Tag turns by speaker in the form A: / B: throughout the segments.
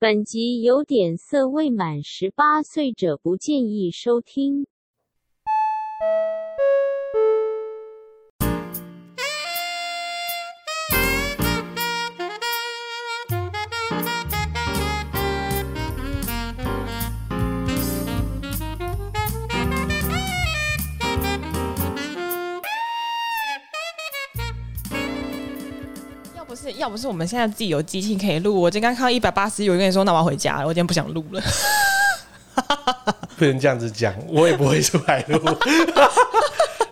A: 本集有点色，未满十八岁者不建议收听。
B: 要不是要不是我们现在自己有机器可以录，我今天刚看到一百八十一，我就跟你说，那我要回家了，我今天不想录 了。
C: 不能这样子讲，我也不会出来录。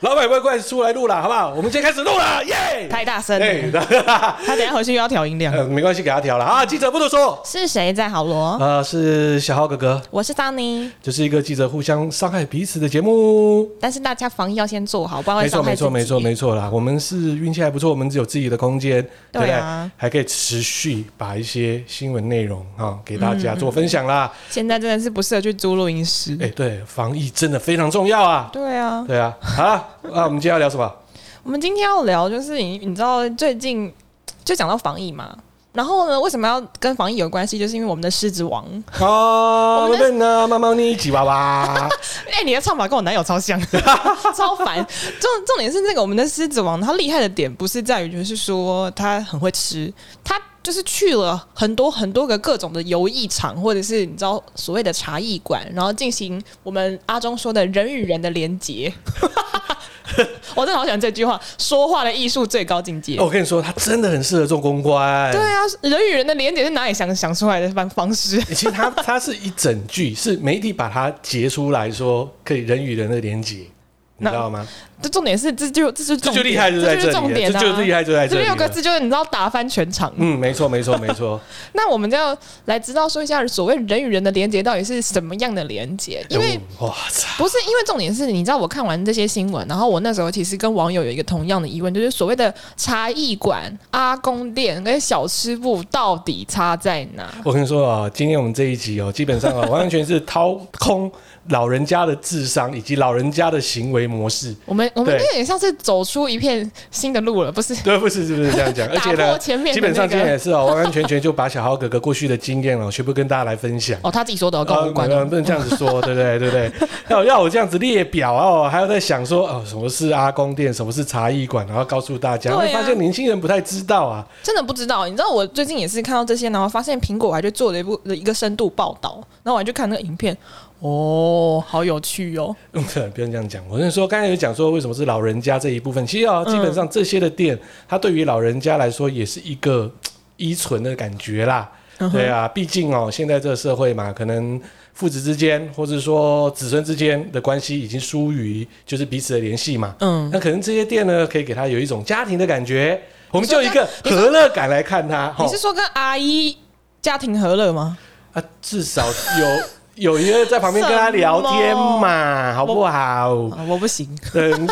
C: 老板，快快出来录啦，好不好？我们今天开始录了，耶！
B: 太大声了
C: 哎 那
B: 他等一下回去又要调音量。
C: 呃没关系，给他调了啊。记者不多说，
B: 是谁在好罗？
C: 呃，是小浩哥哥，
B: 我是当妮，
C: 就是一个记者互相伤害彼此的节目。
B: 但是大家防疫要先做好，不然
C: 没
B: 会
C: 错，
B: 伤害
C: 没
B: 自己
C: 错，没错，没错啦。我们是运气还不错，我们只有自己的空间，
B: 对
C: 对不对
B: 啊？
C: 还可以持续把一些新闻内容啊给大
B: 嗯
C: 家做分享啦。
B: 现在真的是不适合去租录音室。
C: 哎，对，防疫真的非常重要啊。
B: 对啊，
C: 对啊，好啦，那我们今天要聊什么？
B: 我们今天要聊就是你，你知道最近就讲到防疫嘛，然后呢，为什么要跟防疫有关系？就是因为我们的狮子王，
C: 哦，
B: 我们的
C: 认啊，猫猫你吉娃 娃，
B: 哎、你的唱法跟我男友超像， 超烦。重重点是那个我们的狮子王，他厉害的点不是在于就是说他很会吃，他就是去了很多很多个各种的游艺场，或者是你知道所谓的茶艺馆，然后进行我们阿中说的人与人的连结。 我真的好喜欢这句话，说话的艺术最高境界。
C: 哦我跟你说，他真的很适合做公关。
B: 对啊，人与人的连结是哪里想想出来的方方式？
C: 其实他他是一整句，是媒体把它截出来说，可以人与人的连接，你
B: 那
C: 知道吗？
B: 这重点是这就这是
C: 这
B: 重
C: 就
B: 点
C: 厉害就
B: 这
C: 在
B: 就是
C: 这
B: 重
C: 里
B: 点
C: 了，
B: 啊！
C: 这就厉害就在
B: 这
C: 这里
B: 六个
C: 了。
B: 字就是你知道打翻全场。
C: 嗯，没错，没错，没错。
B: 那我们就要来知道说一下，所谓人与人的连接到底是什么样的连接？ 因为
C: 嗯哇操，
B: 不是因为重点是，你知道我看完这些新闻，然后我那时候其实跟网友有一个同样的疑问，就是所谓的茶艺馆、阿公店跟小吃部到底差在哪？
C: 我跟你说啊，今天我们这一集哦，基本上啊，完全是掏空老人家的智商以及老人家的行为模式。
B: 我们我们
C: 对
B: 有点像是走出一片新的路了，不是？
C: 对，不是，是不是这样讲？而且
B: 打
C: 呢
B: 破前面，的
C: 基本上
B: 那个
C: 今天也是哦，完 完全全就把小豪哥哥过去的经验哦，全部跟大家来分享。
B: 哦，他自己说的哦，跟我无关
C: 呃
B: 哦。
C: 不能这样子说，对不对？对不对？ 要要我这样子列表哦，还要在想说哦，什么是阿公店，什么是茶艺馆，然后告诉大家，
B: 对啊
C: 会发现年轻人不太知道啊。
B: 真的不知道，你知道我最近也是看到这些，然后发现苹果还就做了一部一个深度报道，然后我还去看那个影片，哦，好有趣哦。
C: 嗯不用这样讲，我是说，刚才有讲说为什么是老人家这一部分，其实哦，基本上这些的店，它对于老人家来说也是一个嘖依存的感觉啦。对啊，毕竟哦，现在这个社会嘛，可能父子之间，或者说子孙之间的关系已经疏于就是彼此的联系嘛。
B: 嗯，
C: 那可能这些店呢，可以给他有一种家庭的感觉。我们
B: 你说
C: 就一个
B: 跟你
C: 和乐感来看它，
B: 你
C: 吼
B: 是说跟阿姨家庭和乐吗？
C: 啊，至少有有一个在旁边跟他聊天嘛，好不好？
B: 啊，我不行，
C: 嗯，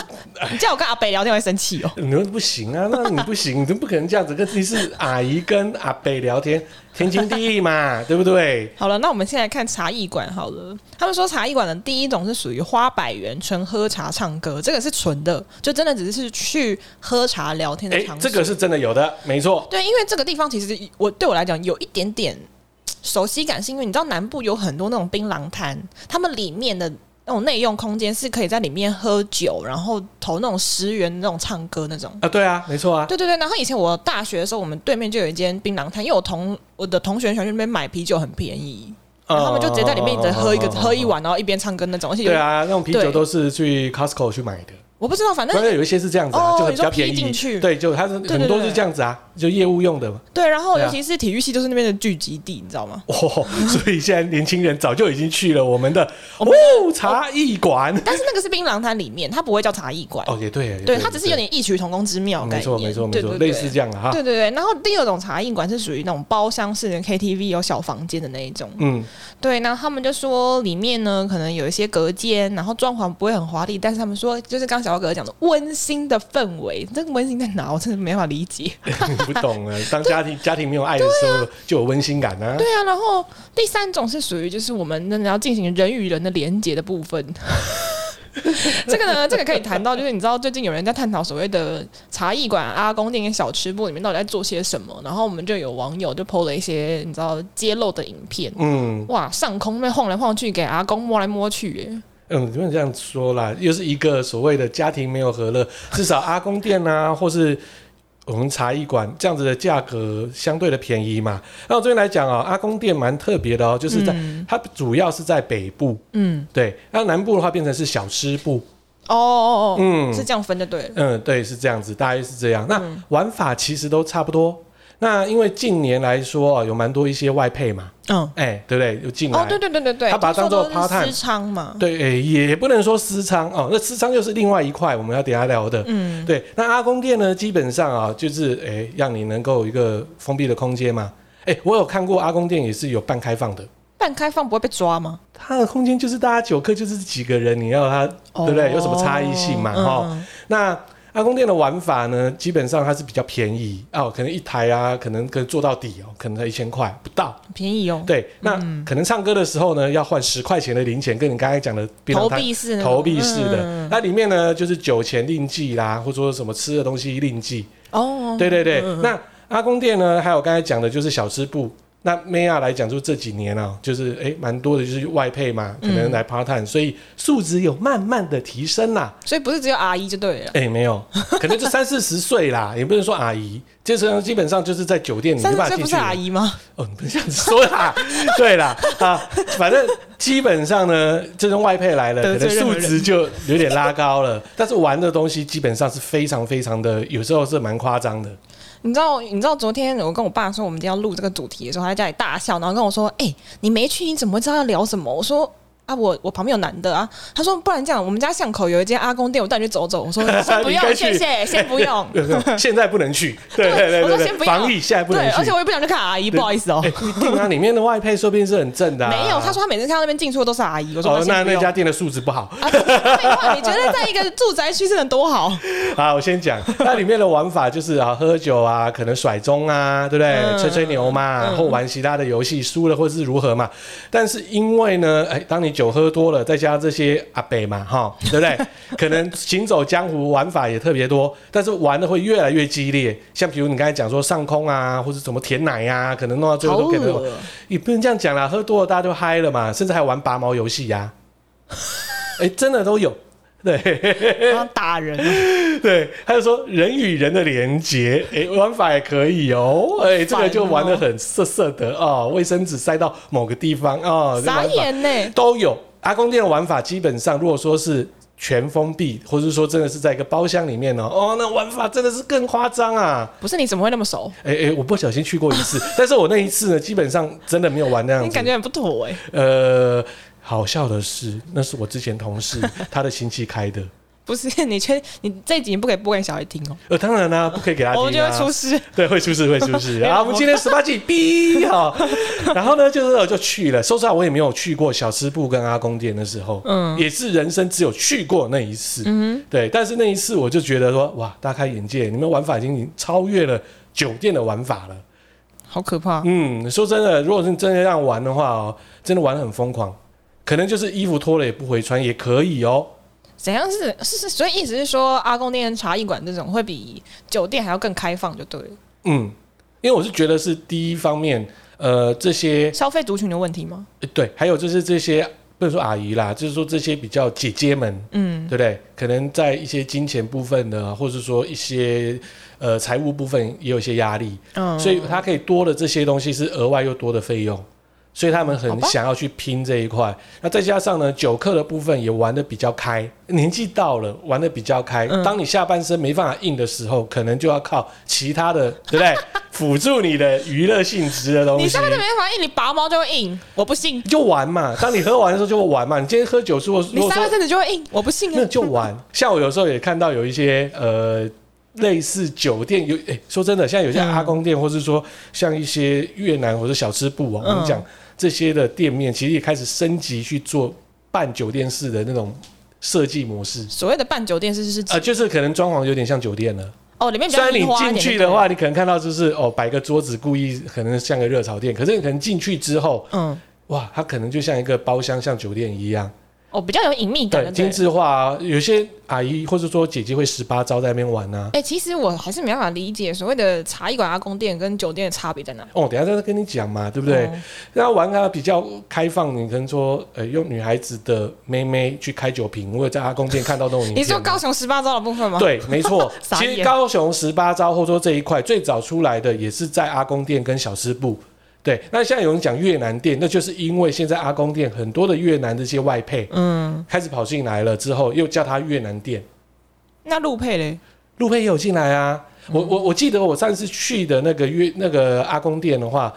B: 你叫我跟阿北聊天我会生气哦。
C: 你们不行啊，那你不行，你都不可能这样子跟你是阿姨跟阿伯聊天，天经地义嘛，对不对？
B: 好了，那我们现在看茶艺馆好了。他们说茶艺馆的第一种是属于花百元纯喝茶唱歌，这个是纯的，就真的只是去喝茶聊天的
C: 哎、
B: 场所。
C: 这个是真的有的，没错。
B: 对，因为这个地方其实我对我来讲有一点点熟悉感，是因为你知道南部有很多那种槟榔摊，他们里面的那种内用空间是可以在里面喝酒，然后投那种十元那种唱歌那种。
C: 啊，对啊，没错啊，
B: 对对对，然后以前我大学的时候，我们对面就有一间槟榔摊，因为我同我的同学喜欢去那边买啤酒，很便宜，
C: 哦
B: 然后他们就直接在里面一直喝一个、
C: 嗯
B: 喝一。碗，然后一边唱歌那种，而且有
C: 对啊，那种啤
B: 对
C: 酒都是去 Costco 去买的，
B: 我不知道，反
C: 反
B: 正
C: 正有一些是这样子啊，
B: 哦
C: 就很比较
B: 你说
C: 便
B: 批进
C: 宜
B: 去。
C: 对，就它是
B: 对
C: 很多是这样子啊，就业务用的嘛。
B: 对，然后
C: 对啊
B: 尤其是体育系就是那边的聚集地，你知道吗？
C: 哦，所以现在年轻人早就已经去了我们的哦茶艺馆。
B: 但是那个是槟榔摊里面，它不会叫茶艺馆。
C: 啊哦，也对，也
B: 对，它只是有点异曲同工之妙
C: 嗯
B: 概念，
C: 没错，没错，没
B: 对
C: 错，
B: 对对
C: 类似这样的啊哈。
B: 对对对，然后第二种茶艺馆是属于那种包厢式的 KTV，有小房间的那一种。
C: 嗯，
B: 对，那他们就说里面呢可能有一些隔间，然后装潢不会很华丽，但是他们说就是刚小高哥讲的温馨的氛围，这个温馨在哪？我真的没办法理解。
C: 不懂啊，当家庭家庭没有爱的时候，就有温馨感啊。
B: 对啊，然后第三种是属于就是我们真的要进行人与人的连接的部分， 这个呢，这个可以谈到，就是你知道最近有人在探讨所谓的茶艺馆、阿公店跟小吃部里面到底在做些什么，然后我们就有网友就 PO 了一些你知道揭露的影片，
C: 嗯
B: 哇，上空那晃来晃去，给阿公摸来摸去耶，
C: 嗯，不能这样说啦，又是一个所谓的家庭没有和乐，至少阿公店啊，或是。我们茶艺馆这样子的价格相对的便宜嘛，那我这边来讲啊、阿公店蛮特别的哦，就是在、它主要是在北部，
B: 嗯，
C: 对，那南部的话变成是小吃部，
B: 哦哦哦，
C: 嗯
B: 是这样分就对了，
C: 嗯，对，是这样子，大约是这样。那
B: 嗯
C: 玩法其实都差不多。那因为近年来说哦，有蛮多一些外配嘛，
B: 嗯，
C: 哎、对不对？有进来，
B: 哦，对对对对对，
C: 他把它当作
B: 听说都
C: part-time
B: 是私娼嘛，
C: 对，哎、也不能说私娼哦，那私娼又是另外一块，我们要等一下聊的。
B: 嗯，
C: 对，那阿公店呢，基本上啊，就是哎、让你能够有一个封闭的空间嘛。哎、我有看过阿公店也是有半开放的，
B: 半开放不会被抓吗？
C: 它的空间就是大家九客就是几个人，你要它对不对？有什么差异性嘛？哈、
B: 哦嗯
C: 那阿公店的玩法呢，基本上它是比较便宜哦，可能一台啊，可能可能做到底哦，可能才一千块不到。
B: 很便宜哦，
C: 对，那可能唱歌的时候呢，要换十块钱的零钱，跟你刚才讲的便
B: 投
C: 当摊
B: 币式那种，
C: 投币式的
B: 嗯，
C: 那里面呢就是酒钱另计啦，或者说什么吃的东西另计。
B: 哦，
C: 对对对，那阿公店呢，还有刚才讲的就是小吃部。那 Maya 来讲，就这几年啊，就是诶蛮多的，就是外配嘛，
B: 嗯
C: 可能来 part time，、所以素质有慢慢的提升啦。
B: 所以不是只有阿姨就对了。
C: 哎、没有，可能就三四十岁啦，也不能说阿姨，这时候基本上就是在酒嗯店，你没
B: 三十
C: 办法
B: 岁
C: 进
B: 不
C: 去
B: 是
C: 了。
B: 阿姨吗？
C: 哦，你不能这样子说啦，对啦，啊，反正基本上呢，这种外配来了，
B: 得
C: 可
B: 罪
C: 能
B: 任何
C: 数
B: 人
C: 值就有点拉高了，但是玩的东西基本上是非常非常的，有时候是蛮夸张的。
B: 你知道，你知道昨天我跟我爸说我们今天要录这个主题的时候，他在家里大笑，然后跟我说：“哎、你没去，你怎么会知道要聊什么？”我说：“啊，我我旁边有男的啊。”他说：“不然这样，我们家巷口有一间阿公店，我带你去走走。”我说：“先不
C: 你该
B: 用，
C: 去
B: 谢谢，先不用。
C: 对对 对现在不能去，对对对
B: 我说
C: 对对，
B: 先不要
C: 防疫 现在”不能
B: 对，而且
C: 去。
B: 我也不想去看阿姨，不好意思哦、
C: 哎不一定啊，里面的外配说不定是很正的、啊。
B: 没有，他说他每次看到那边进出的都是阿姨。我说：“
C: 哦，那
B: 先不
C: 那
B: 用
C: 家店的素质不好。
B: 啊，废话，你觉得在一个住宅区是能多好？
C: 好，我先讲，那里面的玩法就是啊，喝酒啊，可能甩钟啊，对不对？
B: 嗯
C: 吹吹牛嘛，然后玩其他的游戏，输了或是如何嘛。但是因为呢，哎，当你酒喝多了，再加上这些阿北嘛，哈，对不对？可能行走江湖玩法也特别多，但是玩的会越来越激烈。像比如你刚才讲说上空啊，或者什么舔奶呀、啊，可能弄到最后都给
B: 好
C: 了
B: 恶。哦啊
C: 也不能这样讲啦，喝多了大家就嗨了嘛，甚至还玩拔毛游 戏呀、哎，真的都有。对，
B: 然后打人。”
C: 对，他就说人与人的连接，哎、玩法也可以哦，哎、这个就玩的很色色的哦，卫生纸塞到某个地方哦，这
B: 傻
C: 玩法
B: 眼呢、
C: 都有。阿公店的玩法基本上，如果说是全封闭，或者说真的是在一个包厢里面哦，哦，那玩法真的是更夸张啊！
B: 不是你怎么会那么熟？
C: 哎、哎、我不小心去过一 次，但是我那一次呢，基本上真的没有玩那样子，
B: 你感觉很不妥哎、
C: 呃。好笑的是，那是我之前同事他的亲戚开的，
B: 不是 你确你这一集你不可以播给小孩听哦、
C: 呃，当然啦、不可以给他听、啊，
B: 我们就会出事。
C: 对，会出事，会出 事。
B: 有
C: 啊，我们今天十八禁，哔哈。然后呢，就是呃我就去了。说实话，我也没有去过小吃部跟阿公店的时候，嗯，也是人生只有去过那一次，嗯，对。但是那一次我就觉得说，哇，大开眼界，你们玩法已经超越了酒店的玩法了。
B: 好可怕！
C: 嗯，说真的，如果是真的让玩的话哦，真的玩的很疯狂，可能就是衣服脱了也不回穿也可以哦。
B: 怎样是是是，所以意思是说，阿公店、茶艺馆这种会比酒店还要更开放，就对了。
C: 嗯，因为我是觉得是第一方面，呃，这些
B: 消费族群的问题吗？
C: 欸对，还有就是这些不能说阿姨啦，就是说这些比较姐姐们，
B: 嗯，
C: 对不对？可能在一些金钱部分呢，或者说一些呃财务部分也有一些压力，
B: 嗯
C: 所以他可以多的这些东西是额外又多的费用。所以他们
B: 好
C: 很
B: 吧
C: 想要去拼这一块，那再加上呢，酒客的部分也玩的比较开，年纪到了玩的比较开。
B: 嗯
C: 当你下半身没办法硬的时候，可能就要靠其他的，对不对？ 辅助你的娱乐性质的东西。
B: 你上面没办法硬，你拔毛就会硬，我不信
C: 你。就玩嘛。当你喝完的时候就 玩嘛。你今天喝酒，如果如
B: 你
C: 果
B: 三个
C: 说
B: 阵子就会硬，我不信
C: 那
B: 啊！
C: 就玩。像我有时候也看到有一些呃。类似酒店有，诶、说真的，像有些
B: 嗯
C: 阿公店，或是说像一些越南或者小吃部哦，
B: 嗯
C: 我们讲这些的店面，其实也开始升级去做半酒店式的那种设计模式，
B: 所谓的办酒店是是指
C: 呃，就是可能装潢有点像酒店了。
B: 哦，里面比
C: 虽
B: 较
C: 然你
B: 移花一
C: 进
B: 点
C: 去
B: 就对
C: 的
B: 了
C: 话，，你可能看到就是哦，摆个桌子，故意可能像个热炒店，可是你可能进去之后，
B: 嗯，
C: 哇，它可能就像一个包厢，像酒店一样。
B: 哦，比较有隐秘感
C: 对，
B: 的。
C: 精
B: 对。
C: 致化、啊，有些阿姨或者说姐姐会十八招在那边玩啊。
B: 哎、其实我还是没办法理解所谓的茶艺馆、阿公店跟酒店的差别在哪。
C: 哦，等一下再跟你讲嘛，对不对？
B: 哦
C: 那玩啊比较开放，你可能说，呃，用女孩子的妹妹去开酒瓶，我有在阿公店 看到那种影片啊。
B: 你说高雄十八招的部分吗？，。
C: 对，没错
B: 傻
C: 其
B: 眼
C: 实高雄十八招或者说这一块最早出来的也是在阿公店跟小吃部。对，那现在有人讲越南店，那就是因为现在阿公店很多的越南这些外配，嗯，开始跑进来了之后，又叫它越南店，
B: 那陆配嘞？
C: 路配也有进来啊。我我我记得我上次去的那个越那个阿公店的话，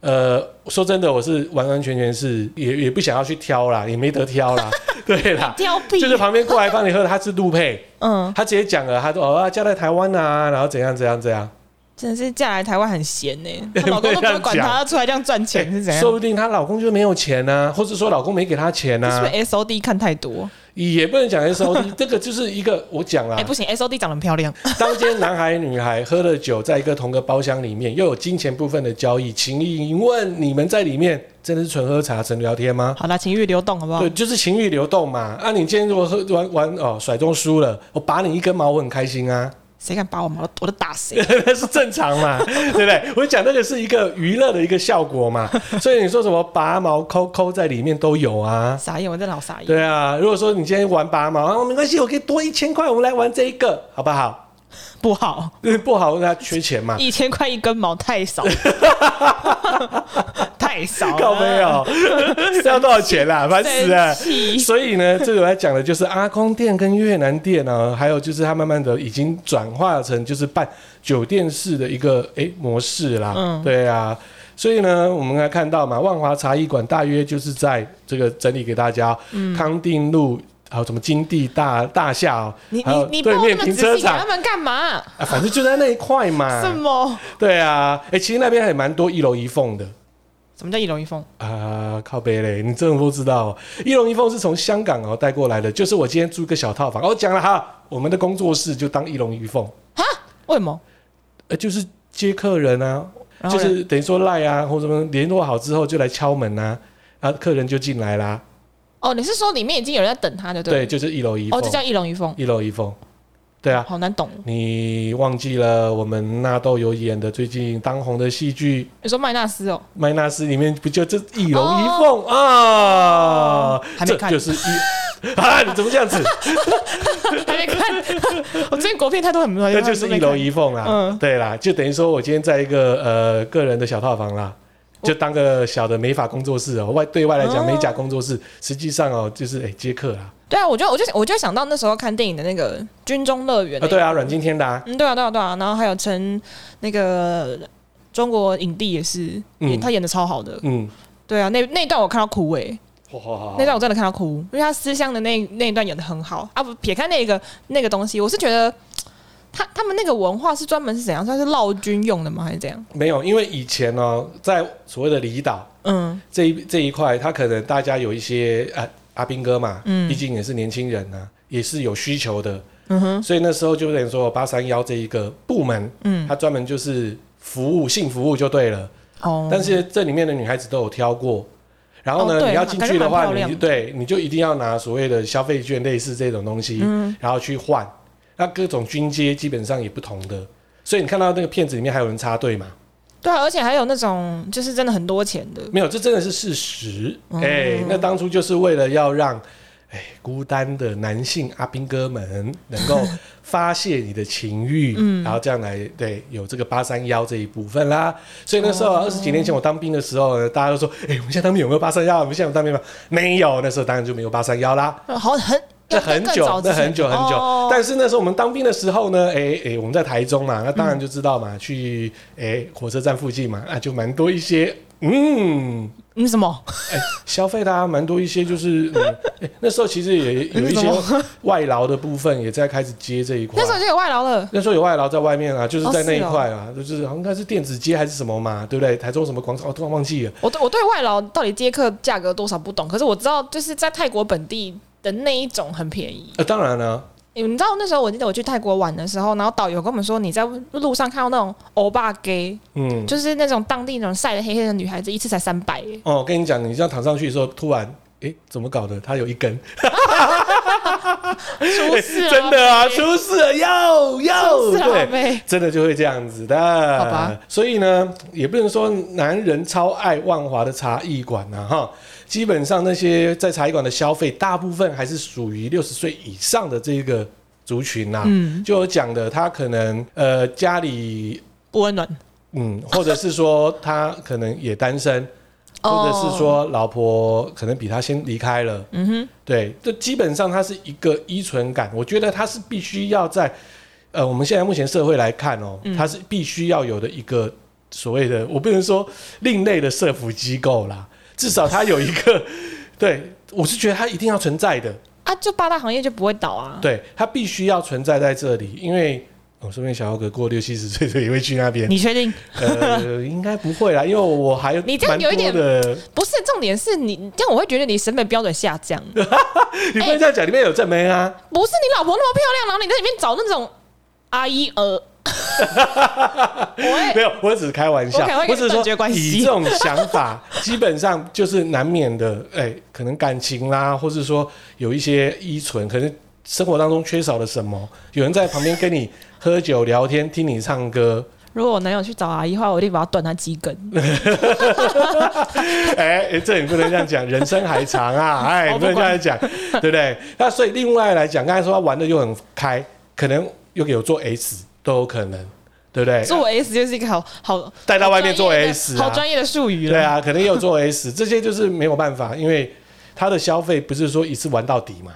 C: 呃，说真的，我是完完全全是也也不想要去挑啦，也没得 挑啦，对啦，
B: 貂皮
C: 就是旁边过来帮你喝的，他是路配，
B: 嗯，
C: 他直接讲了，他说哦，啊嫁在台湾啊，然后怎样怎样怎样，
B: 真的是嫁来台湾很闲呢、 她老公都不会管
C: 不要
B: 她，
C: 讲
B: 要出来这样赚钱是怎样？
C: 哎说不定她老公就没有钱啊，或者说老公没给她钱
B: 是不哎
C: 啊
B: 是，S O D 看太多？
C: 也不能讲 S O D，这个就是一个我讲
B: 哎、
C: 啦
B: 不，行，S O D 长得很漂亮，
C: 当今男孩女孩喝了酒，在一个同个包厢里面，又有金钱部分的交易，请问你们在里面真的是纯喝茶、纯聊天吗？
B: 好啦，情欲流动好不好
C: 对，？就是情欲流动嘛。啊，你今天如果喝玩玩哦，甩中输了，我拔你一根毛，我很开心啊。
B: 谁敢把我毛，我都打谁。
C: 那是正常嘛，对不对？我讲那个是一个娱乐的一个效果嘛，所以你说什么拔毛抠抠在里面都有 啊。
B: 傻眼，我真的好傻眼。
C: 对啊，如果说你今天玩拔毛，啊，没关系，我可以多一千块，我们来玩这一个，好不好？
B: 不好，
C: 因为不好，那缺钱嘛，
B: 一千块一根毛太 少，太少
C: 靠没
B: 了，
C: 有， 这要多少钱啦？烦死了。
B: 生气
C: 所以呢，这个我要讲的就是阿公店跟越南店啊，还有就是它慢慢的已经转化成就是办酒店式的一个诶、模式啦。
B: 嗯
C: 对啊。所以呢，我们来看到嘛，万华茶艺馆大约就是在这个整理给大家哦，
B: 嗯
C: 康定路，还有什么金地大大厦哦，
B: 你
C: 还
B: 你
C: 有
B: 你
C: 对
B: 报那
C: 面
B: 么
C: 停
B: 仔
C: 车
B: 细给
C: 场
B: 他，们干嘛？
C: 啊，反正就在那一块嘛。
B: 什么？
C: 对啊，哎、其实那边还蛮多一楼一凤的。
B: 什么叫一龙一凤？
C: 啊、靠北嘞！你真的不知道、哦，一龙一凤是从香港哦带过来的，就是我今天租个小套房，哦讲了哈，我们的工作室就当一龙一凤，
B: 为什么？
C: 呃，就是接客人啊，
B: 然后
C: 就
B: 嘞
C: 是等于说赖啊或什么联络好之后就来敲门啊，啊，客人就进来啦，
B: 哦，你是说里面已经有人在等他，对不
C: 对，
B: 对？
C: 就是一楼一
B: 哦，
C: 凤，
B: 就叫一龙一凤，
C: 一楼一凤，对啊，
B: 好难懂。哦
C: 你忘记了我们纳豆有演的最近当红的戏剧
B: 你说麦纳斯 哦，
C: 麦纳斯里面不就这一龙一凤啊？
B: 哦还没
C: 这
B: 看
C: 就是一 啊！你怎么这样子？
B: 还没看。 我最近国片太多很多，
C: 那就是一楼一凤啦。
B: 嗯
C: 对啦，就等于说我今天在一个呃个人的小套房啦。就当个小的美发工作室哦，外对外来
B: 嗯
C: 讲美甲工作室，实际上哦就是哎、接客啦
B: 对啊，我就我就我就想到那时候看电影的那个《军中乐园》
C: 啊对啊，阮经天的啊，
B: 嗯，对啊，对啊，对啊，然后还有陈那个中国影帝也是，
C: 嗯
B: 也他演的超好的。
C: 嗯，
B: 对啊，那那一段我看到哭欸诶、
C: 哇哇哇
B: 那段我真的看到哭，因为他思乡的那那一段演的很好啊。不，撇开那个那个东西，我是觉得他他们那个文化是专门是怎样，算是烙军用的吗？还是怎样？
C: 没有，因为以前哦在所谓的离岛
B: 嗯，
C: 这一这一块，他可能大家有一些啊阿兵哥嘛，
B: 嗯
C: 毕竟也是年轻人呐、也是有需求的，
B: 嗯哼，
C: 所以那时候就等于说八三幺这一个部门，
B: 嗯，
C: 它专门就是服务性服务就对了。
B: 哦，
C: 但是这里面的女孩子都有挑过。然后呢，
B: 哦对
C: 你要进去的话，
B: 感觉蛮漂亮的
C: 你对你就一定要拿所谓的消费券，类似这种东西，
B: 嗯
C: 然后去换。那各种军阶基本上也不同的，所以你看到那个片子里面还有人插队嘛？
B: 对啊，而且还有那种就是真的很多钱的，
C: 没有，这真的是事实。哎、
B: 嗯
C: 那当初就是为了要让。哎，孤单的男性阿兵哥们能够发泄你的 情欲，
B: 嗯
C: 然后这样来对有这个八三幺这一部分啦。所以那时候啊
B: 哦
C: 二十、20几年前我当兵的时候呢，大家都说，哎，我们现在当兵有没有八三幺？啊我们现在有当兵吗？没有，那时候当然就没有八三幺啦。
B: 好很
C: 那很
B: 更
C: 久
B: 早，之
C: 那
B: 前
C: 很久很久。
B: 哦嗯
C: 但是那时候我们当兵的时候呢，哎、哎、我们在台中嘛，那当然就知道嘛，去哎、火车站附近嘛，那就蛮多一些嗯。
B: 嗯什么？
C: 哎、消费的啊，蛮多一些就是、嗯哎那时候其实也有一
B: 你是
C: 些
B: 什
C: 外劳的部分也在开始接这一块
B: 那。时候就有外劳了，
C: 那时候有外劳在外面啊，就是
B: 哦
C: 在那
B: 是
C: 一
B: 哦
C: 块啊，就是好像应该是电子街还是什么嘛，对不对？台中什么广场，哦我、突然忘记了。
B: 我对我对外劳到底接客价格多少不懂，可是我知道就是在泰国本地的那一种很便宜。
C: 呃，当然了、
B: 你们知道那时候我记得我去泰国玩的时候，然后导游跟我们说，你在路上看到那种欧巴 gay，
C: 嗯，
B: 就是那种当地那种晒得黑黑的女孩子，一次才三百耶。
C: 哦，我跟你讲，你这样躺上去的时候，突然诶，怎么搞的？他有一根，
B: 出事了，
C: 真的啊，
B: 妹
C: 出事了，要要
B: 出事了，
C: 对，
B: 妹
C: 真的就会这样子的。
B: 好吧
C: 所以呢，也不能说男人超爱万华的茶艺馆呐、哈。基本上那些在茶艺馆的消费，大部分还是属于六十岁以上的这个族群呐、
B: 嗯
C: 就我讲的，他可能呃家里
B: 不温暖，
C: 嗯，或者是说他可能也单身，或者是
B: 哦，
C: 说老婆可能比他先离开了，
B: 嗯哼，
C: 对，这基本上它是一个依存感，我觉得它是必须要在呃我们现在目前社会来看哦，
B: 嗯
C: 它是必须要有的一个所谓的，我不能说另类的社服机构啦，至少它有一个， 对我是觉得它一定要存在的，
B: 啊，就八大行业就不会倒啊，
C: 对，它必须要存在在这里，因为我说不定小豪哥过六七十岁的也会去那边，
B: 你确定？
C: 呃，应该不会啦，因为我还有
B: 你这样有一点
C: 蛮多的，
B: 不是，重点是你这样，我会觉得你审美标准下 降。
C: 你不
B: 哎
C: 能这样讲，里面有正妹啊。
B: 不是你老婆那么漂亮，然后你在里面找那种阿姨 呃，我
C: 没
B: 会
C: 有，我只是开玩笑
B: 哎我可能，会
C: 我
B: 跟你
C: 只是说
B: 断绝关系
C: 以这种想法，基本上就是难免的，哎、可能感情啦，或是说有一些依存，可能生活当中缺少了什么，有人在旁边跟你喝酒聊天，听你唱歌，
B: 如果我男友去找阿姨的话，我一定把他断他几根。
C: 哎、 哎这也不能这样讲，人生还长啊，哎，
B: 我哦
C: 不
B: 不
C: 能
B: 管
C: 这样讲，对不对？那所以另外来讲，刚才说他玩的又很开，可能又有做 S 都有可能，对不对？
B: 做 S 就是一个好好
C: 带到啊外面做
B: 好专业的
C: S 啊
B: 好专业的术语了。
C: 对，啊，可能也有做 S，这些就是没有办法，因为他的消费不是说一次玩到底嘛。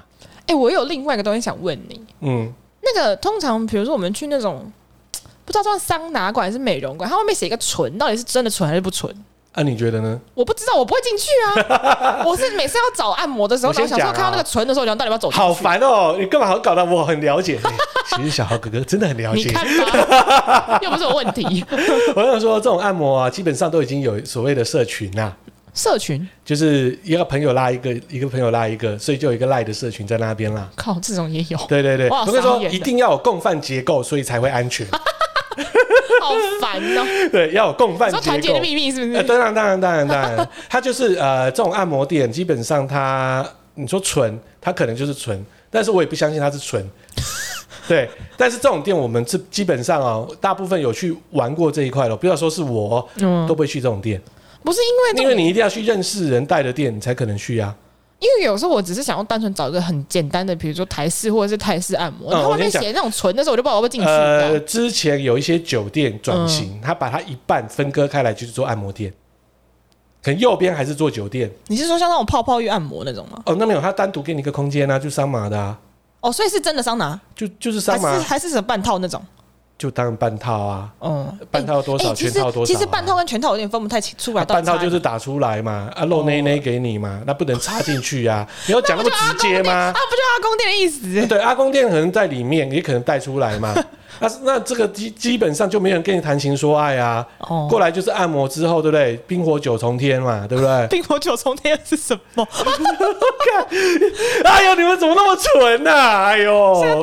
B: 哎、我有另外一个东西想问你，
C: 嗯，
B: 那个通常比如说我们去那种不知道算桑拿馆还是美容馆，它外面写一个纯，到底是真的纯还是不纯？
C: 那、啊你觉得呢？
B: 我不知道，我不会进去啊！ 我是每次要找按摩的时候，
C: 我
B: 然
C: 先
B: 后想说
C: 讲啊
B: 看到那个纯的时候，想到底要不要走进去？啊
C: 好烦哦，你干嘛好搞得我很了解？哎 其实小豪哥哥真的很了
B: 你
C: 解。
B: 看吧， 又不是我问题。
C: 我想说，这种按摩啊，基本上都已经有所谓的社群啊啦、
B: 社群
C: 就是一个朋友拉一个，一个朋友拉一个，所以就有一个赖的社群在那边啦。
B: 靠，这种也有，
C: 对对对，
B: 哇
C: 我跟你说
B: 傻，眼了
C: 一定要有共犯结构，所以才会 安全。
B: 好烦哦、
C: 对，要有共犯
B: 你说团
C: 结
B: 结
C: 构
B: 的。秘密是不
C: 呃，
B: 是？
C: 当然，当然，当然，当然， 它就是呃，这种按摩店基本上它，你说纯，它可能就是纯，但是我也不相信它是 纯。对，但是这种店我们是基本上哦，大部分有去玩过这一块的，不要说是我哦，
B: 嗯
C: 都不会去这种店，
B: 不是因为这
C: 因
B: 种
C: 为你一定要去认识人带的店，你才可能去啊。
B: 因为有时候我只是想要单纯找一个很简单的，比如说台式或者是泰式按摩，
C: 嗯
B: 然后外
C: 我先
B: 面
C: 讲
B: 写那种纯的时候，我就不知道我 会不会进去。
C: 呃，
B: 你知道
C: 之前有一些酒店转型，它把它一半分割开来，就是做按摩店，可能右边还是做酒店
B: 你是说像那种泡泡浴按摩那种吗？
C: 哦，那没有，它单独给你一个空间啊，就桑麻的啊，
B: 哦，所以是真的桑拿，
C: 就就是
B: 还
C: 桑
B: 是
C: 麻。
B: 还是什么半套那种？
C: 就当然半套啊，
B: 嗯，
C: 半套多少，
B: 哎其
C: 全
B: 实
C: 套多少、
B: 其
C: 啊。
B: 实半套跟全套有点分不太清出来
C: 啊。
B: 到底
C: 半
B: 差
C: 套
B: 哪。
C: 就是打出来嘛，啊露内内给你嘛，那不能插进 去啊，你要讲那么直接吗
B: 啊，？不就阿公店的意思？
C: 对，阿公店可能在里面，也可能带出 来嘛。那那这个基基本上就没人跟你谈情说爱啊，
B: 哦？
C: 过来就是按摩之后，对不对？冰火九重天嘛，对不 对
B: 冰火九重天是什么？
C: 哎呦，你们怎么那么蠢呐、哎呦，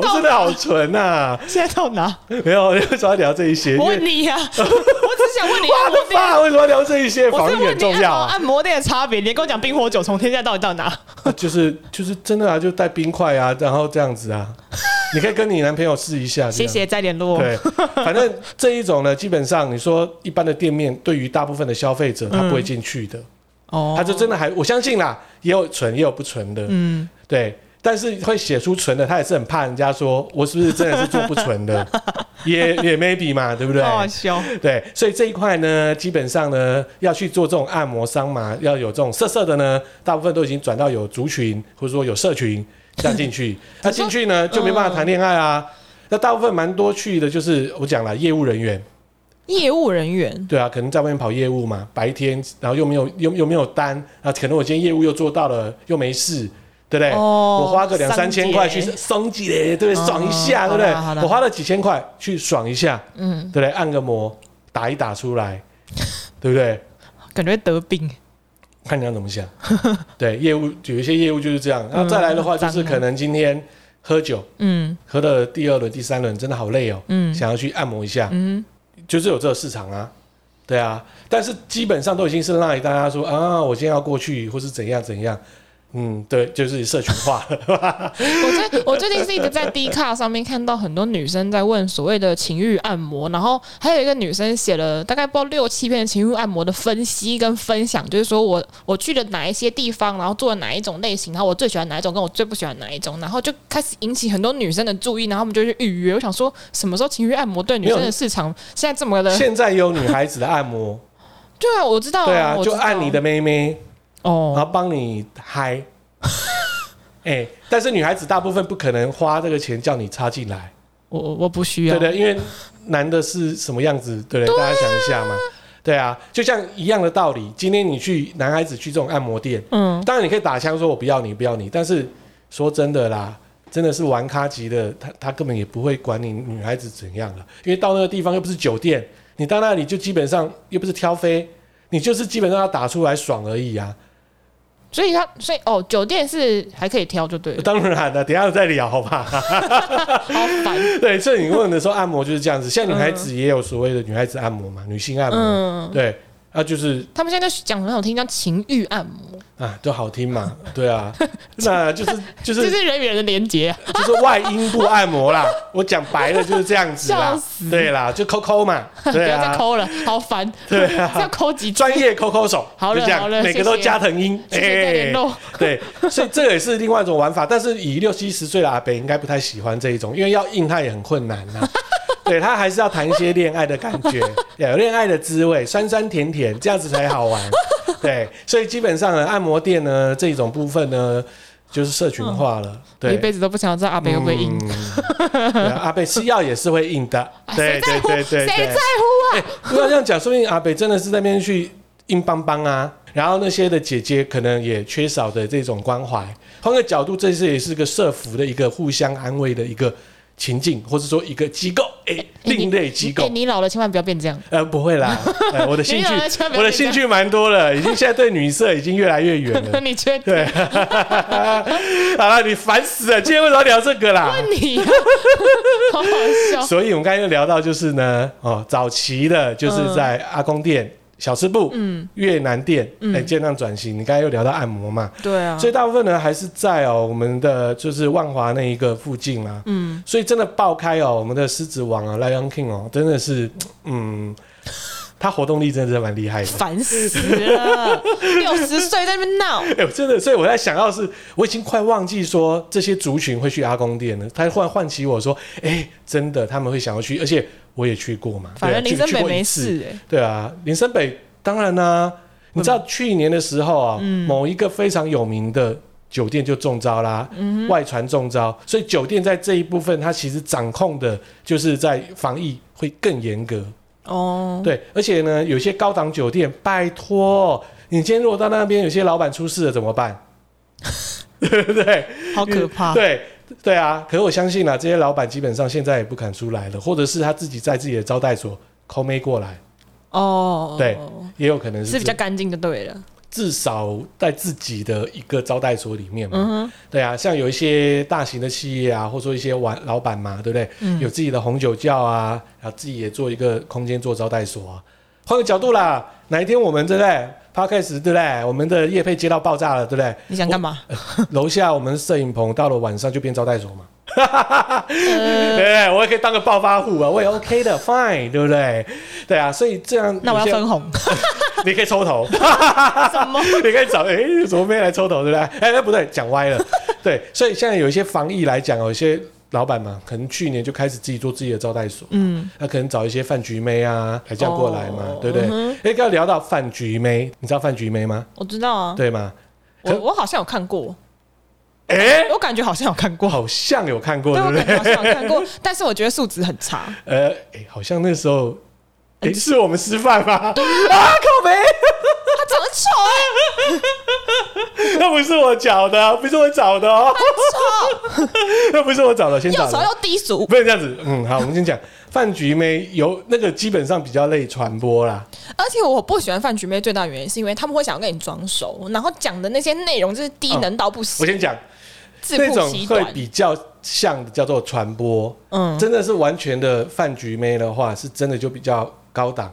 B: 到哪
C: 真的好蠢呐、啊
B: 现在到哪？
C: 没有， 为什么要聊这一些？因
B: 我
C: 为
B: 问你呀、 我只想问你按
C: 我
B: 摩
C: 的
B: 店，
C: 妈，为什么要聊这一些？
B: 我
C: 防
B: 是
C: 疫很
B: 问你
C: 重
B: 按
C: 要
B: 摩
C: 啊。
B: 按摩店的差别。你跟我讲冰火九重天现在到底到哪？
C: 啊就是就是真的啊，就带冰块啊，然后这样子啊， 你可以跟你男朋友试一下。这
B: 谢
C: 样
B: 谢，再联络。
C: 对，反正这一种呢，基本上你说一般的店面，对于大部分的消费者，他不会进去的，
B: 哦
C: 他就真的还我相信啦，也有纯也有不纯的，
B: 嗯，
C: 对。但是会写出纯的，他也是很怕人家说我是不是真的是做不 纯的，也也 maybe 嘛，对不对？
B: 好好笑。
C: 对，所以这一块呢，基本上呢，要去做这种按摩桑麻，要有这种色色的呢，大部分都已经转到有族群或者说有社群这样进
B: 嗯
C: 去。那进去呢，就没办法谈恋爱啊。那大部分蛮多去的，就是我讲了业务人员，
B: 业务人员
C: 对啊，可能在外面跑业务嘛，白天然后又没有又又没有单，啊，可能我今天业务又做到了，又没事。对不对？
B: 哦
C: 我花个两三千块去
B: 桑姐
C: 松几嘞，对不对？爽一下，
B: 哦
C: 对不对
B: 好啦好啦？
C: 我花了几千块去爽一下，
B: 嗯，
C: 对不对？按个摩，打一打出 来，对不对？
B: 感觉得病，
C: 看你要怎 么想。对，业务有一些业务就是这样。然后再来的话，就
B: 脏
C: 是
B: 啊
C: 可能今天喝酒，
B: 嗯
C: 喝了第二轮、第三轮，真的好累哦，
B: 嗯
C: 想要去按摩一下，
B: 嗯，
C: 就是有这个市场啊。对啊，但是基本上都已经是让大家说啊，我今天要过去，或是怎样怎样。嗯，对，就是社群 化了。
B: 我最我最近是一直在 D 卡上面看到很多女生在问所谓的情欲按摩，然后还有一个女生写了大概不知道六七篇的情欲按摩的分析跟分享，就是说我我去了哪一些地方，然后做了哪一种类型，然后我最喜欢哪一种，跟我最不喜欢哪一种，然后
C: 嗯
B: 就开始引起很多女生的注意，然后他们就去预约。我想说，什么时候情欲按摩对女生
C: 没有
B: 的市场现在这么的？
C: 现在有女孩子的按摩，
B: 对啊，我知道、
C: 对啊，
B: 我知
C: 就
B: 道
C: 按你的妹妹，然后
B: 哦，
C: 帮你 嗨。哎、但是女孩子大部分不可能花这个钱叫你插进来，
B: 我我我不需要，
C: 对不对？因为男的是什么样子，对不对？
B: 啊
C: 大家想一下嘛。对啊，就像一样的道理，今天你去男孩子去这种按摩店，
B: 嗯，
C: 当然你可以打枪说我不要你，不要你，但是说真的啦，真的是玩咖级的，他他根本也不会管你女孩子怎样了，因为到那个地方又不是酒店，你到那里就基本上又不是挑飞，你就是基本上要打出来爽而已啊。
B: 所以他所以哦，酒店是还可以挑就对了，
C: 当然了，等一下再聊好吧。
B: 好烦，
C: 对，所以你问 的时候，按摩就是这样子，像女孩子也有所谓的女孩子按摩嘛，女性按摩，
B: 嗯。
C: 对，啊就是
B: 他们现在在讲很好听，叫情欲按摩，
C: 啊都好 听嘛，对啊，那就是就
B: 这
C: 是
B: 是人与人的连接、啊。
C: 就是外阴部按摩啦，我讲白了就是这样 子
B: 笑
C: 啦，对啦，就抠抠嘛，对
B: 不要再
C: 啊，
B: 抠了，好烦。
C: 对啊
B: 要抠几
C: 专业抠抠手，
B: 好了
C: 就这样
B: 好了
C: 每个都加藤鹰，哎
B: 谢谢谢谢再联络
C: 对，所以这也是另外一种玩法，但是以六七十岁的阿北应该不太喜欢这一种，因为要硬他也很困难 呐、对他还是要谈一些恋爱的感觉，有恋爱的滋味，酸酸甜甜，这样子才好玩。 对，所以基本上呢，按摩店呢这种部分呢，就是社群化了。
B: 我一
C: 对，嗯
B: 辈子都不想知道阿北会不会硬，
C: 对啊阿北吃药也是会硬的
B: 啊，谁
C: 对
B: 在
C: 对
B: 乎？
C: 对对哎
B: 谁在
C: 对。
B: 乎啊？
C: 不要这样讲，说明阿北真的是在那边去硬邦邦啊。然后那些的姐姐可能也缺少的这种关怀。换个角度，这是也是个社服的一个互相安慰的一个情境，或者说一个机构，哎、
B: 哎
C: 另类机构
B: 你哎。你老了千万不要变这样。
C: 呃，不 会啦，呃我的兴趣
B: 没有啊千万，不要
C: 我的
B: 这样。
C: 兴趣蛮多了，已经现在对女色已经越来越远 了
B: 你确定？
C: 对， 好了，你烦死了，今天为什么要聊这个啦？
B: 你啊 好好笑。
C: 所以我们刚才又聊到，就是呢，哦，早期的
B: 嗯
C: 就是在阿公店、小吃部、嗯、越南店，
B: 嗯
C: 哎、渐渐转型。你刚才又聊到按摩嘛，
B: 对啊
C: 所以大部分呢还是在哦我们的就是万华那一个附近啊，嗯，所以真的爆开哦，我们的狮子王啊，Lion King 哦，真的是，嗯，它活动力真的是蛮厉害的。
B: 烦死了！六十岁在那边闹，
C: 哎、我真的，所以我在想到是，我已经快忘记说这些族群会去阿公店了。他忽然唤起我说，哎、真的他们会想要去，而且我也去过嘛，
B: 反正
C: 对啊
B: 林森
C: 去
B: 北
C: 去过一
B: 没
C: 次
B: 事哎、
C: 对啊，林森北当然啦、你知
B: 嗯
C: 道去年的时候啊，某一个非常有名的酒店就中招啦，
B: 嗯
C: 外传中招，所以酒店在这一部分它其实掌控的就是在防疫会更严格。
B: 哦，
C: 对，而且呢，有些高档酒店，拜托，你今天如果到那边有些老板出事了怎么办？ 对不对？
B: 好可怕。
C: 对对啊，可是我相信啊，这些老板基本上现在也不敢出来了，或者是他自己在自己的招待所抠妹过来，
B: 哦，
C: 对也有可能是
B: 是比较
C: 这
B: 干净就对了。
C: 至少在自己的一个招待所里面嘛。
B: 嗯哼，
C: 对啊，像有一些大型的企业啊，或者说一些玩老板嘛，对不对？
B: 嗯
C: 有自己的红酒窖啊，然后自己也做一个空间做招待所啊。换个角度啦，哪一天我们对不对？Podcast 对不对？我们的业配接到爆炸了，对不 对？
B: 你想干嘛？
C: 楼下我呃们摄影棚到了晚上就变招待所嘛，对
B: 呃
C: 不， 对？我也可以当个暴发户啊，我也 OK 的，Fine，对不对？对啊，所以这样
B: 那我要
C: 有些
B: 分红。
C: 你可以抽头，
B: 什么？
C: 你可以找哎、诶怎么没来抽头，对不对？哎、哎不对，讲歪了。 对，所以现在有一些防疫来讲，有一些老板嘛，可能去年就开始自己做自己的招待所，
B: 嗯，
C: 那可能找一些饭局妹啊来这样过来嘛，
B: 哦
C: 对不对？哎、
B: 嗯
C: 刚刚聊到饭局妹，你知道饭局妹吗？
B: 我知道啊，
C: 对吗？
B: 我
C: 可
B: 我好像有看过，
C: 哎、
B: 我感觉好像有看过，
C: 好像有看过，
B: 对
C: 对
B: 我
C: 不对
B: 感？觉好像有看过，但是我觉得素质很差。
C: 呃，哎，好像那时候。哎、是我们吃饭吗？ 啊，靠没，
B: 他长得丑 哎、
C: 那不是我找的，不是我找的
B: 啊
C: 哦， 那不是我找的，先
B: 又
C: 找的
B: 丑。又低俗
C: 不，能这样子，嗯，好，我们先讲饭局妹有那个基本上比较类传播啦，
B: 而且我不喜欢饭局妹，最大原因是因为他们会想要跟你装熟，然后讲的那些内容就是低能到不
C: 嗯
B: 行，
C: 我先讲
B: 自
C: 那
B: 不
C: 种
B: 其
C: 会
B: 短。
C: 比较像的叫做传播，
B: 嗯，
C: 真的是完全的饭局妹的话，是真的就比较高档。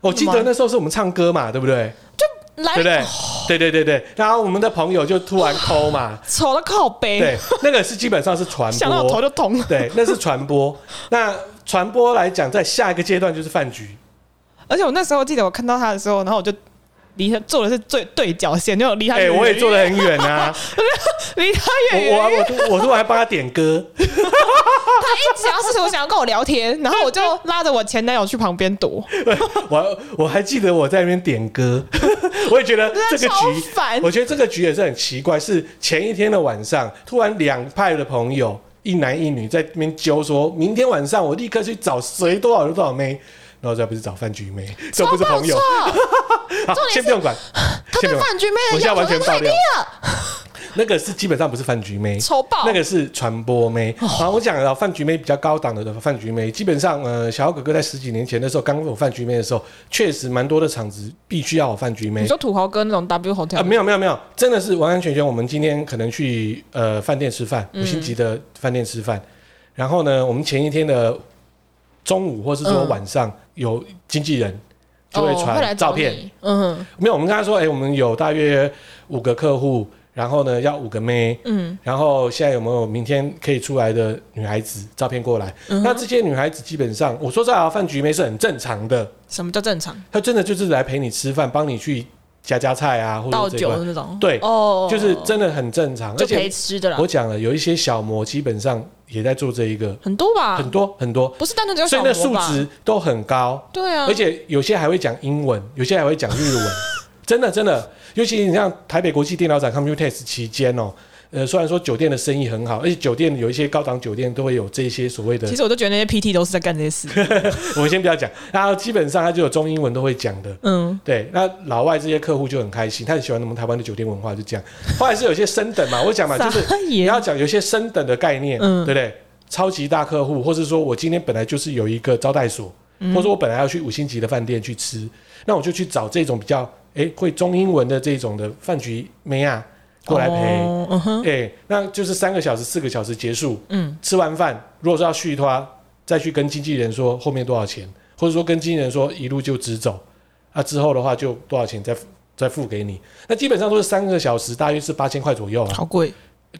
C: 我记
B: 真
C: 得
B: 的吗
C: 那时候是我们唱歌嘛，对不对？
B: 来
C: 对不对？对对对对，然后我们的朋友就突然抠嘛，
B: 丑到靠背，
C: 对，那个是基本上是传
B: 哎想到我头
C: 播，
B: 就痛了。
C: 对，那是传播。那传播来讲，在下一个阶段就是饭局，
B: 而且我那时候记得我看到他的时候，然后我就离他坐的是最对角线，就离他
C: 哎、
B: 越远
C: 我也坐得很远 啊，
B: 离他
C: 我
B: 越远。
C: 我我突我突然还帮他点歌，
B: 他一只要是我想要跟我聊天，然后我就拉着我前男友去旁边躲，
C: 我我还记得我在那边点歌， 我也觉得这个
B: 啊超
C: 局
B: 烦
C: 我觉得这个局也是很奇怪，是前一天的晚上，突然两派的朋友，一男一女在那边揪说，明天晚上我立刻去找谁多少人多少妹，然后这不是找饭局妹，这不是朋友
B: 超，爆炸
C: 好，先不用管，
B: 他
C: 先
B: 对
C: 不 用管，
B: 饭局妹的
C: 我现在
B: 要
C: 完
B: 求
C: 全
B: 太
C: 爆
B: 低
C: 料
B: 了，
C: 那个是基本上不是饭局妹，
B: 丑爆
C: 那个是传播妹。
B: 哦
C: 好，我讲了，饭局妹比较高档的饭局妹，基本上呃，小豪哥哥在十几年前的时候，刚有饭局妹的时候，确实蛮多的场子必须要有饭局妹
B: 你。说土豪哥那种 W
C: 啊，
B: hotel，
C: 没有没有没有，真的是完完全全。我们今天可能去呃饭店吃饭，五星级的饭店吃
B: 嗯
C: 饭，然后呢，我们前一天的中午或是说
B: 嗯
C: 晚上、有经纪人就会
B: 哦，会来
C: 传
B: 找
C: 照片，
B: 你，嗯哼，
C: 没有，我们跟他说，哎、我们有大约五个客户，然后呢要五个妹，
B: 嗯，
C: 然后现在有没有明天可以出来的女孩子照片过来？
B: 嗯
C: 那这些女孩子基本上，我说在啊，饭局妹是很正常的，
B: 什么叫正常？
C: 她真的就是来陪你吃饭，帮你去夹夹菜啊，或
B: 倒
C: 者这
B: 酒
C: 块
B: 的，那种，
C: 对
B: 哦，
C: 就是真的很正常。而
B: 就陪
C: 且
B: 吃的啦
C: 我，讲了，有一些小模基本上也在做这一个，
B: 很多吧，
C: 很多很多，
B: 不是单纯只有
C: 所以
B: 啊小
C: 那数
B: 模吧？
C: 值都很高。
D: 嗯
B: 对啊，
C: 而且有些还会讲英文，有些还会讲日文，真的真的。尤其你像台北国际电脑展 Computex 期间哦，呃，虽然说酒店的生意很好，而且酒店有一些高档酒店都会有这些所谓的
B: 其，实我都觉得那些 PT 都是在干这些 事，
C: 我们先不要讲，然后基本上它就有中英文都会讲的。
B: 嗯，
C: 对，那老外这些客户就很开心，他很喜欢我们台湾的酒店文化，就这样。后来是有些升等嘛，我讲
D: 啊
C: 嘛，就是
B: 傻
C: 你
B: 眼
C: 要讲有些升等的概念，
B: 嗯
C: 对不对？超级大客户，或是说我今天本来就是有一个招待所，
B: 嗯
C: 或者我本来要去五星级的饭店去吃，那我就去找这种比较诶会中英文的这种的饭局妹啊过来陪。
B: 哦嗯哼，
C: 哎、那就是三个小时、四个小时结束。
B: 嗯，
C: 吃完饭，如果说要续拖，再去跟经纪人说后面多少钱，或者说跟经纪人说一路就直走，啊，之后的话就多少钱再付再付给你。那基本上都是三个小时，大约是八千块左右啊，
B: 好贵，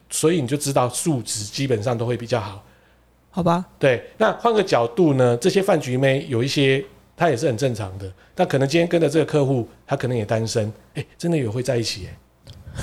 C: 所以你就知道数值基本上都会比较好。
B: 好吧，
C: 对，那换个角度呢，这些饭局妹有一些，她也是很正常的。那可能今天跟着这个客户，她可能也单身，哎、真的有会在一起、哎，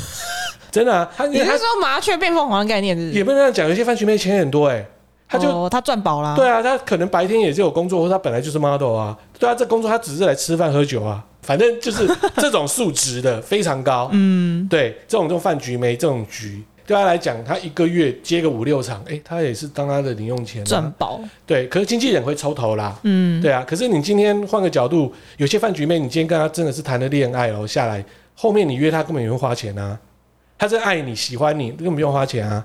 C: 真的啊，她
B: 你
C: 她
B: 是说麻雀变凤凰的概念是不是？
C: 也不能这样讲，有些饭局妹钱很多哎、欸，他就、
B: 哦、他赚饱啦，
C: 对啊，他可能白天也是有工作，或者他本来就是 model 啊，对啊，这工作他只是来吃饭喝酒啊，反正就是这种数值的非常高，嗯，对，这种这种饭局妹这种局。对他来讲，他一个月接个五六场，哎、他也是当他的零用钱、
B: 赚
C: 啊。
B: 饱，
C: 对，可是经纪人会抽头啦，
B: 嗯，
C: 对啊。可是你今天换个角度，有些饭局妹，你今天跟他真的是谈了恋爱哦，下来后面你约他根本也会花钱啊，他真爱你喜欢你，根本不用花钱啊。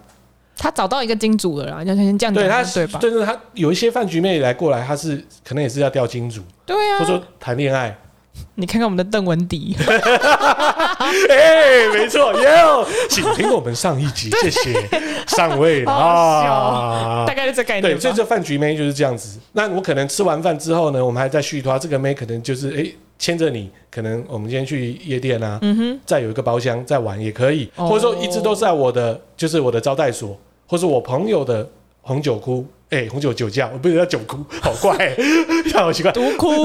B: 他找到一个金主了啦，你要先这样
C: 对
B: 讲
C: 他
B: 才对吧？
C: 但是他有一些饭局妹来过来，他是可能也是要钓金主，
B: 对
C: 或者
B: 啊，
C: 说谈恋爱。
B: 你看看我们的邓文迪，啊
C: 哎、没错，有，请听我们上一 集，谢谢上位了
B: 哦
C: 啊
B: 大。概就这概念
C: 对，
B: 吧。
C: 所以这饭局妹就是这样子。那我可能吃完饭之后呢，我们还在续拖，这个妹可能就是哎牵着你，可能我们今天去夜店啊，
B: 嗯哼，
C: 再有一个包厢再玩也可以，
B: 哦
C: 或者说一直都在我的就是我的招待所，或是我朋友的红酒库。哎、红酒酒窖，我不是叫酒库，好怪、 欸，好奇怪。
B: 独哭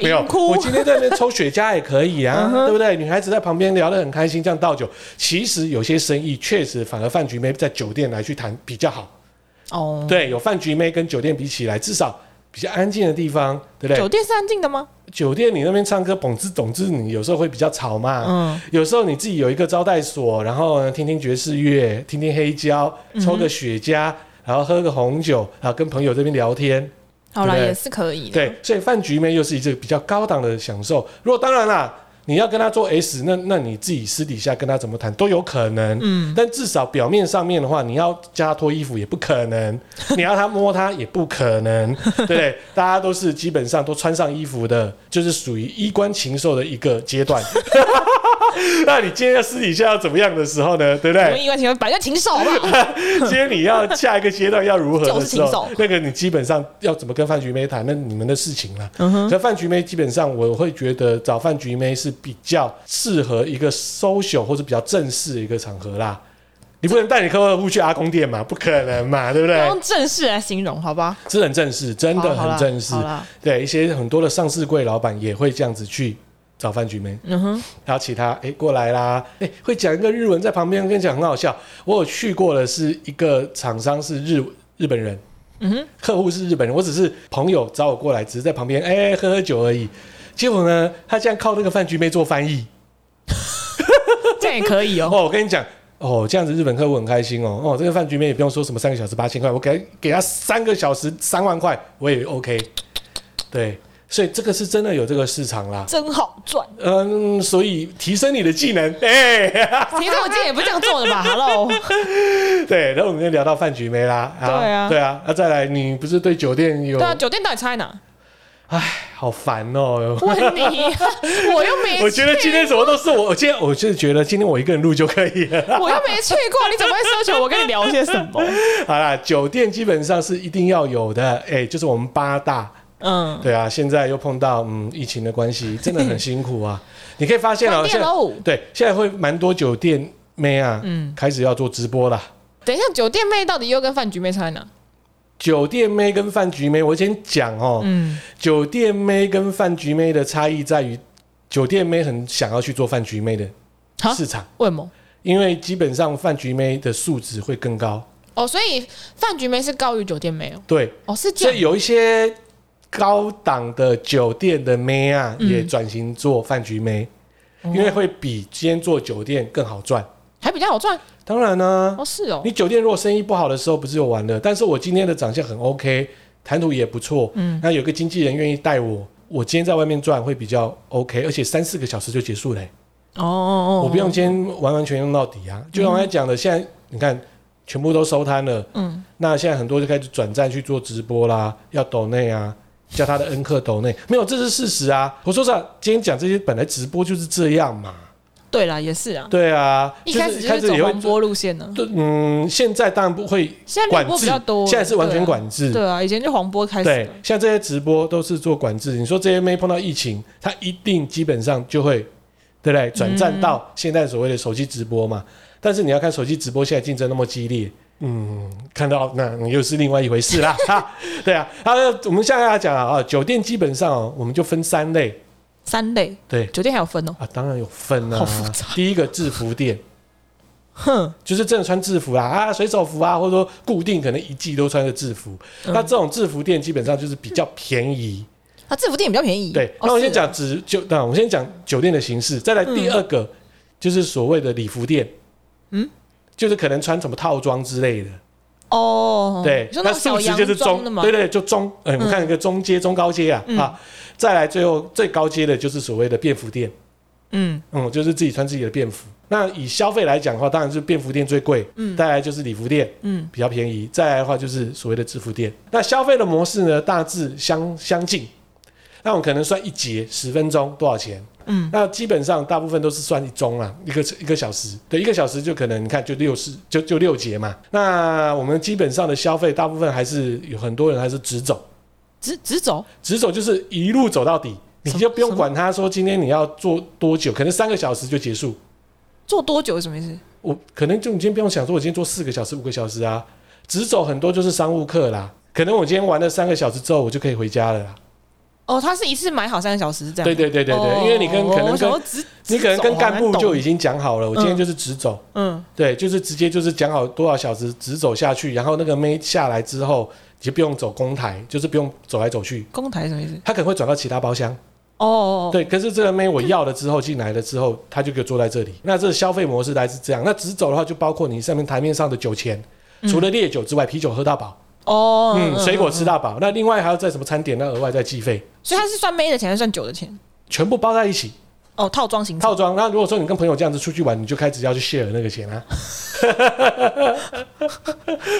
C: 没有
B: 淫，哭
C: 我，今天在那边抽雪茄也可以
B: 嗯
C: 啊，对不对？女孩子在旁边聊得很开心，这样倒酒。其实有些生意确实反而饭局妹在酒店来去谈比较好。
B: 哦，
C: 对，有饭局妹跟酒店比起来，至少比较安静的地方，对不
B: 酒
C: 对？
B: 店是安静的吗？
C: 酒店你那边唱歌，总之总之你有时候会比较吵嘛。
B: 嗯，
C: 有时候你自己有一个招待所，然后呢听听爵士乐，听听黑胶，抽个雪
B: 嗯
C: 茄，然后喝个红酒，然后跟朋友这边聊天，
B: 好啦，
C: 对不对
B: 也是可以的。
C: 对，所以饭局妹又是一个比较高档的享受。如果当然啦，你要跟他做 S，那那你自己私底下跟他怎么谈都有可能，嗯，但至少表面上面的话，你要叫他脱衣服也不可 能，你要他摸他也不可能，对不对？大家都是 基本上都穿上衣服的，就是属于衣冠禽兽的一个阶段。那你今天要私底下要怎么样的时候呢？对不
B: 我
C: 对
B: 们？意外情人本来就禽兽，好不好？
C: 今天你要下一个阶段要如何
B: 就
C: 的
B: 是
C: 时
B: 禽
C: 候
B: 兽，
C: 那个你基本上要怎么跟饭局妹谈，那你们的事情了、
B: 嗯
C: 啊。所以饭局妹基本上我会觉得找饭局妹是比较适合一个 social 或者比较正式的一个场合啦。你不能带你客户去阿公店嘛？不可能嘛，对不对
B: 要？用正式来形容，好 吧？
C: 是很正式，真的
B: 好好啦
C: 很正式
B: 好啦。
C: 对，一些很多的上市柜老板也会这样子去找饭局妹，嗯哼，然后其他哎、诶过来啦，哎、会讲一个日文在旁边跟你讲很好笑。我有去过的是一个厂商是日日本人，嗯哼，客户是日本人，我只是朋友找我过来，只是在旁边哎、喝喝酒而已。结果呢，他竟然靠那个饭局妹做翻译。
B: 这样也可以哦。
C: 哦，我跟你讲，哦，这样子日本客户很开心哦。哦，这个饭局面也不用说什么三个小时八千块，我给他给他三个小时三万块，我也 OK。对，所以这个是真的有这个市场啦。
B: 真好赚，
C: 嗯，所以提升你的技能， 哎、
B: 其实我今天也不是这样做的 吧
C: 哦
B: ？Hello，
C: 对，然后我们就聊到饭局没啦，
B: 对啊
C: 对啊，那、再来，你不是对酒店有，
B: 对啊，酒店到底差在哪？
C: 好烦哦、
B: 问 你啊，我又没去，
C: 我觉得今天什么都是我，我今天我就是觉得今天我一个人录就可以了。
B: 我又没去过，你怎么会奢求我跟你聊些什么？
C: 好啦，酒店基本上是一定要有的，哎、就是我们八大
B: 嗯，
C: 对啊，现在又碰到嗯疫情的关 系，真的很辛苦啊。你可以发现哦，
B: 关
C: 现
B: 店
C: 在
B: 喽
C: 对现在会蛮多酒店妹啊，嗯，开始要做直播啦。
B: 等一下，酒店妹到底又跟饭局妹差在
C: 哦
B: 哪？
C: 酒店妹跟饭局妹，我先讲哦，
B: 嗯，
C: 酒店妹跟饭局妹的差异在于，酒店妹很想要去做饭局妹的
B: 啊
C: 市场，
B: 为什么？
C: 因为基本上饭局妹的素质会更高。
B: 哦，所以饭局妹是高于酒店妹哦。
C: 对，
B: 哦，是这
C: 所以
B: 样。
C: 有一些高档的酒店的妹啊，
B: 嗯
C: 也转型做饭局妹，
B: 哦
C: 因为会比今天做酒店更好赚。
B: 还比较好赚
C: 当然呢、
B: 哦，是哦，
C: 你酒店如果生意不好的时候，不是有玩的？但是我今天的长相很 OK，谈吐也不错，嗯，那有个经纪人愿意带我，我今天在外面赚会比较 OK，而且三四个小时就结束嘞、
B: 哦哦哦，嗯
C: 我不用今天完完全用到底啊。就像我刚才讲的，现在你看全部都收摊了，嗯，那现在很多就开始转战去做直播啦，要抖内啊。叫他的恩客抖内，没有，这是事实啊！我说实话，今天讲这些本来直播就是这样嘛，
B: 对啦，也是啊，
C: 对啊，
B: 嗯一开始
C: 就是
B: 就
C: 开
B: 是
C: 始
B: 走
C: 也会
B: 黄波路线呢，
C: 对，嗯，现在当然不会
B: 现在
C: 管
B: 直播
C: 制，
B: 比较多，
C: 现在是完全管制。
B: 对啊，以前就黄波开始
C: 对
B: 的，
C: 像这些直播都是做管制。你说这些妹碰到疫情，她一定基本上就会，对不对？转战到现在所谓的手机直播嘛。但是你要看手机直播现在竞争那么激烈，嗯，看到那那又是另外一回 事啦。哈对啊，啊，我们现在要讲啊，啊酒店基本上哦，我们就分三类，
B: 三类
C: 对
B: 酒店还有分哦，
C: 啊，当然有分啊，
B: 好复杂
C: 第一个制服店。
B: 哼，
C: 就是真的穿制服啦，啊，水手服啊，或者说固定可能一季都穿着制服。
B: 嗯
C: 那这种制服店基本上就是比较便宜。
B: 啊，制服店比较便宜，
C: 对，
B: 哦
C: 那我先，
B: 是嗯
C: 讲
B: 啊
C: 只酒，那我先讲酒店的形式，再来第二个、就是所谓的礼服店。
B: 嗯，
C: 就是可能穿什么套装之类的，
B: 哦，
C: 对
B: 你，说那
C: 那
B: 种小
C: 素食
B: 洋
C: 就是
B: 装
C: 中
B: 的，嗯嘛，
C: 对对，就中，哎、我们看一个中阶、中高阶啊，啊，再来最后最高阶的就是所谓的便服店，
B: 嗯，
C: 嗯，就是自己穿自己的便服。那以消费来讲的话，当然是便服店最贵，嗯，再来就是礼服店，嗯，比较便宜。再来的话就是所谓的制服店。那消费的模式呢，大致相相近。那我们可能算一节十分钟多少钱？嗯，那基本上大部分都是算一钟啊，一个一个小时，对，一个小时就可能你看就六十，就就六节嘛。那我们基本上的消费，大部分还是有很多人还是直走，
B: 直直走，
C: 直走就是一路走到底，你就不用
B: 什么
C: 管他说今天你要做多久，可能三个小时就结束。
B: 做多久是什么意思？
C: 我可能就你今天不用想说，我今天做四个小时、五个小时啊，直走很多就是商务课啦。可能我今天玩了三个小时之后，我就可以回家了啦。
B: 哦，他是一次买好三个小时是这样，
C: 对对对对对，
B: 哦
C: 因为你跟可能
B: 我想说
C: 跟
B: 直，
C: 你可能跟干部就已
B: 经，
C: 经讲好了，我今天就是直走，
B: 嗯，
C: 对，就是直接就是讲好多少小时直走下去，然后那个妹下来之后，你就不用走公台，就是不用走来走去，
B: 公台是什么意思？
C: 她可能会转到其他包厢。
B: 哦哦，哦
C: 对，可是这个妹我要了之后进来了之后，她就给我坐在这里。那这个消费模式来是这样，那直走的话就包括你上面台面上的酒钱，除了烈酒之外，啤酒喝到饱，
B: 哦，
C: 嗯，水果吃到饱，那另外还要在什么餐点那额外再计费，
B: 所以他是算妹的钱还是算酒的钱？
C: 全部包在一起
B: 哦，套装型
C: 套装。那如果说你跟朋友这样子出去玩，你就开始要去 share 那个钱啊，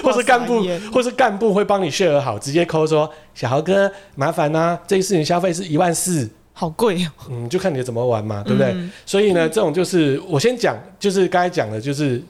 C: 或是干部
B: 哇塞，
C: 或是干部会帮你 share 好，直接扣说小豪哥麻烦啊，这一次你消费是一万四，
D: 好贵哦，
C: 嗯，就看你怎么玩嘛，对不对？
D: 嗯
C: 所以呢，这种就是我先讲，就是刚才讲的，就是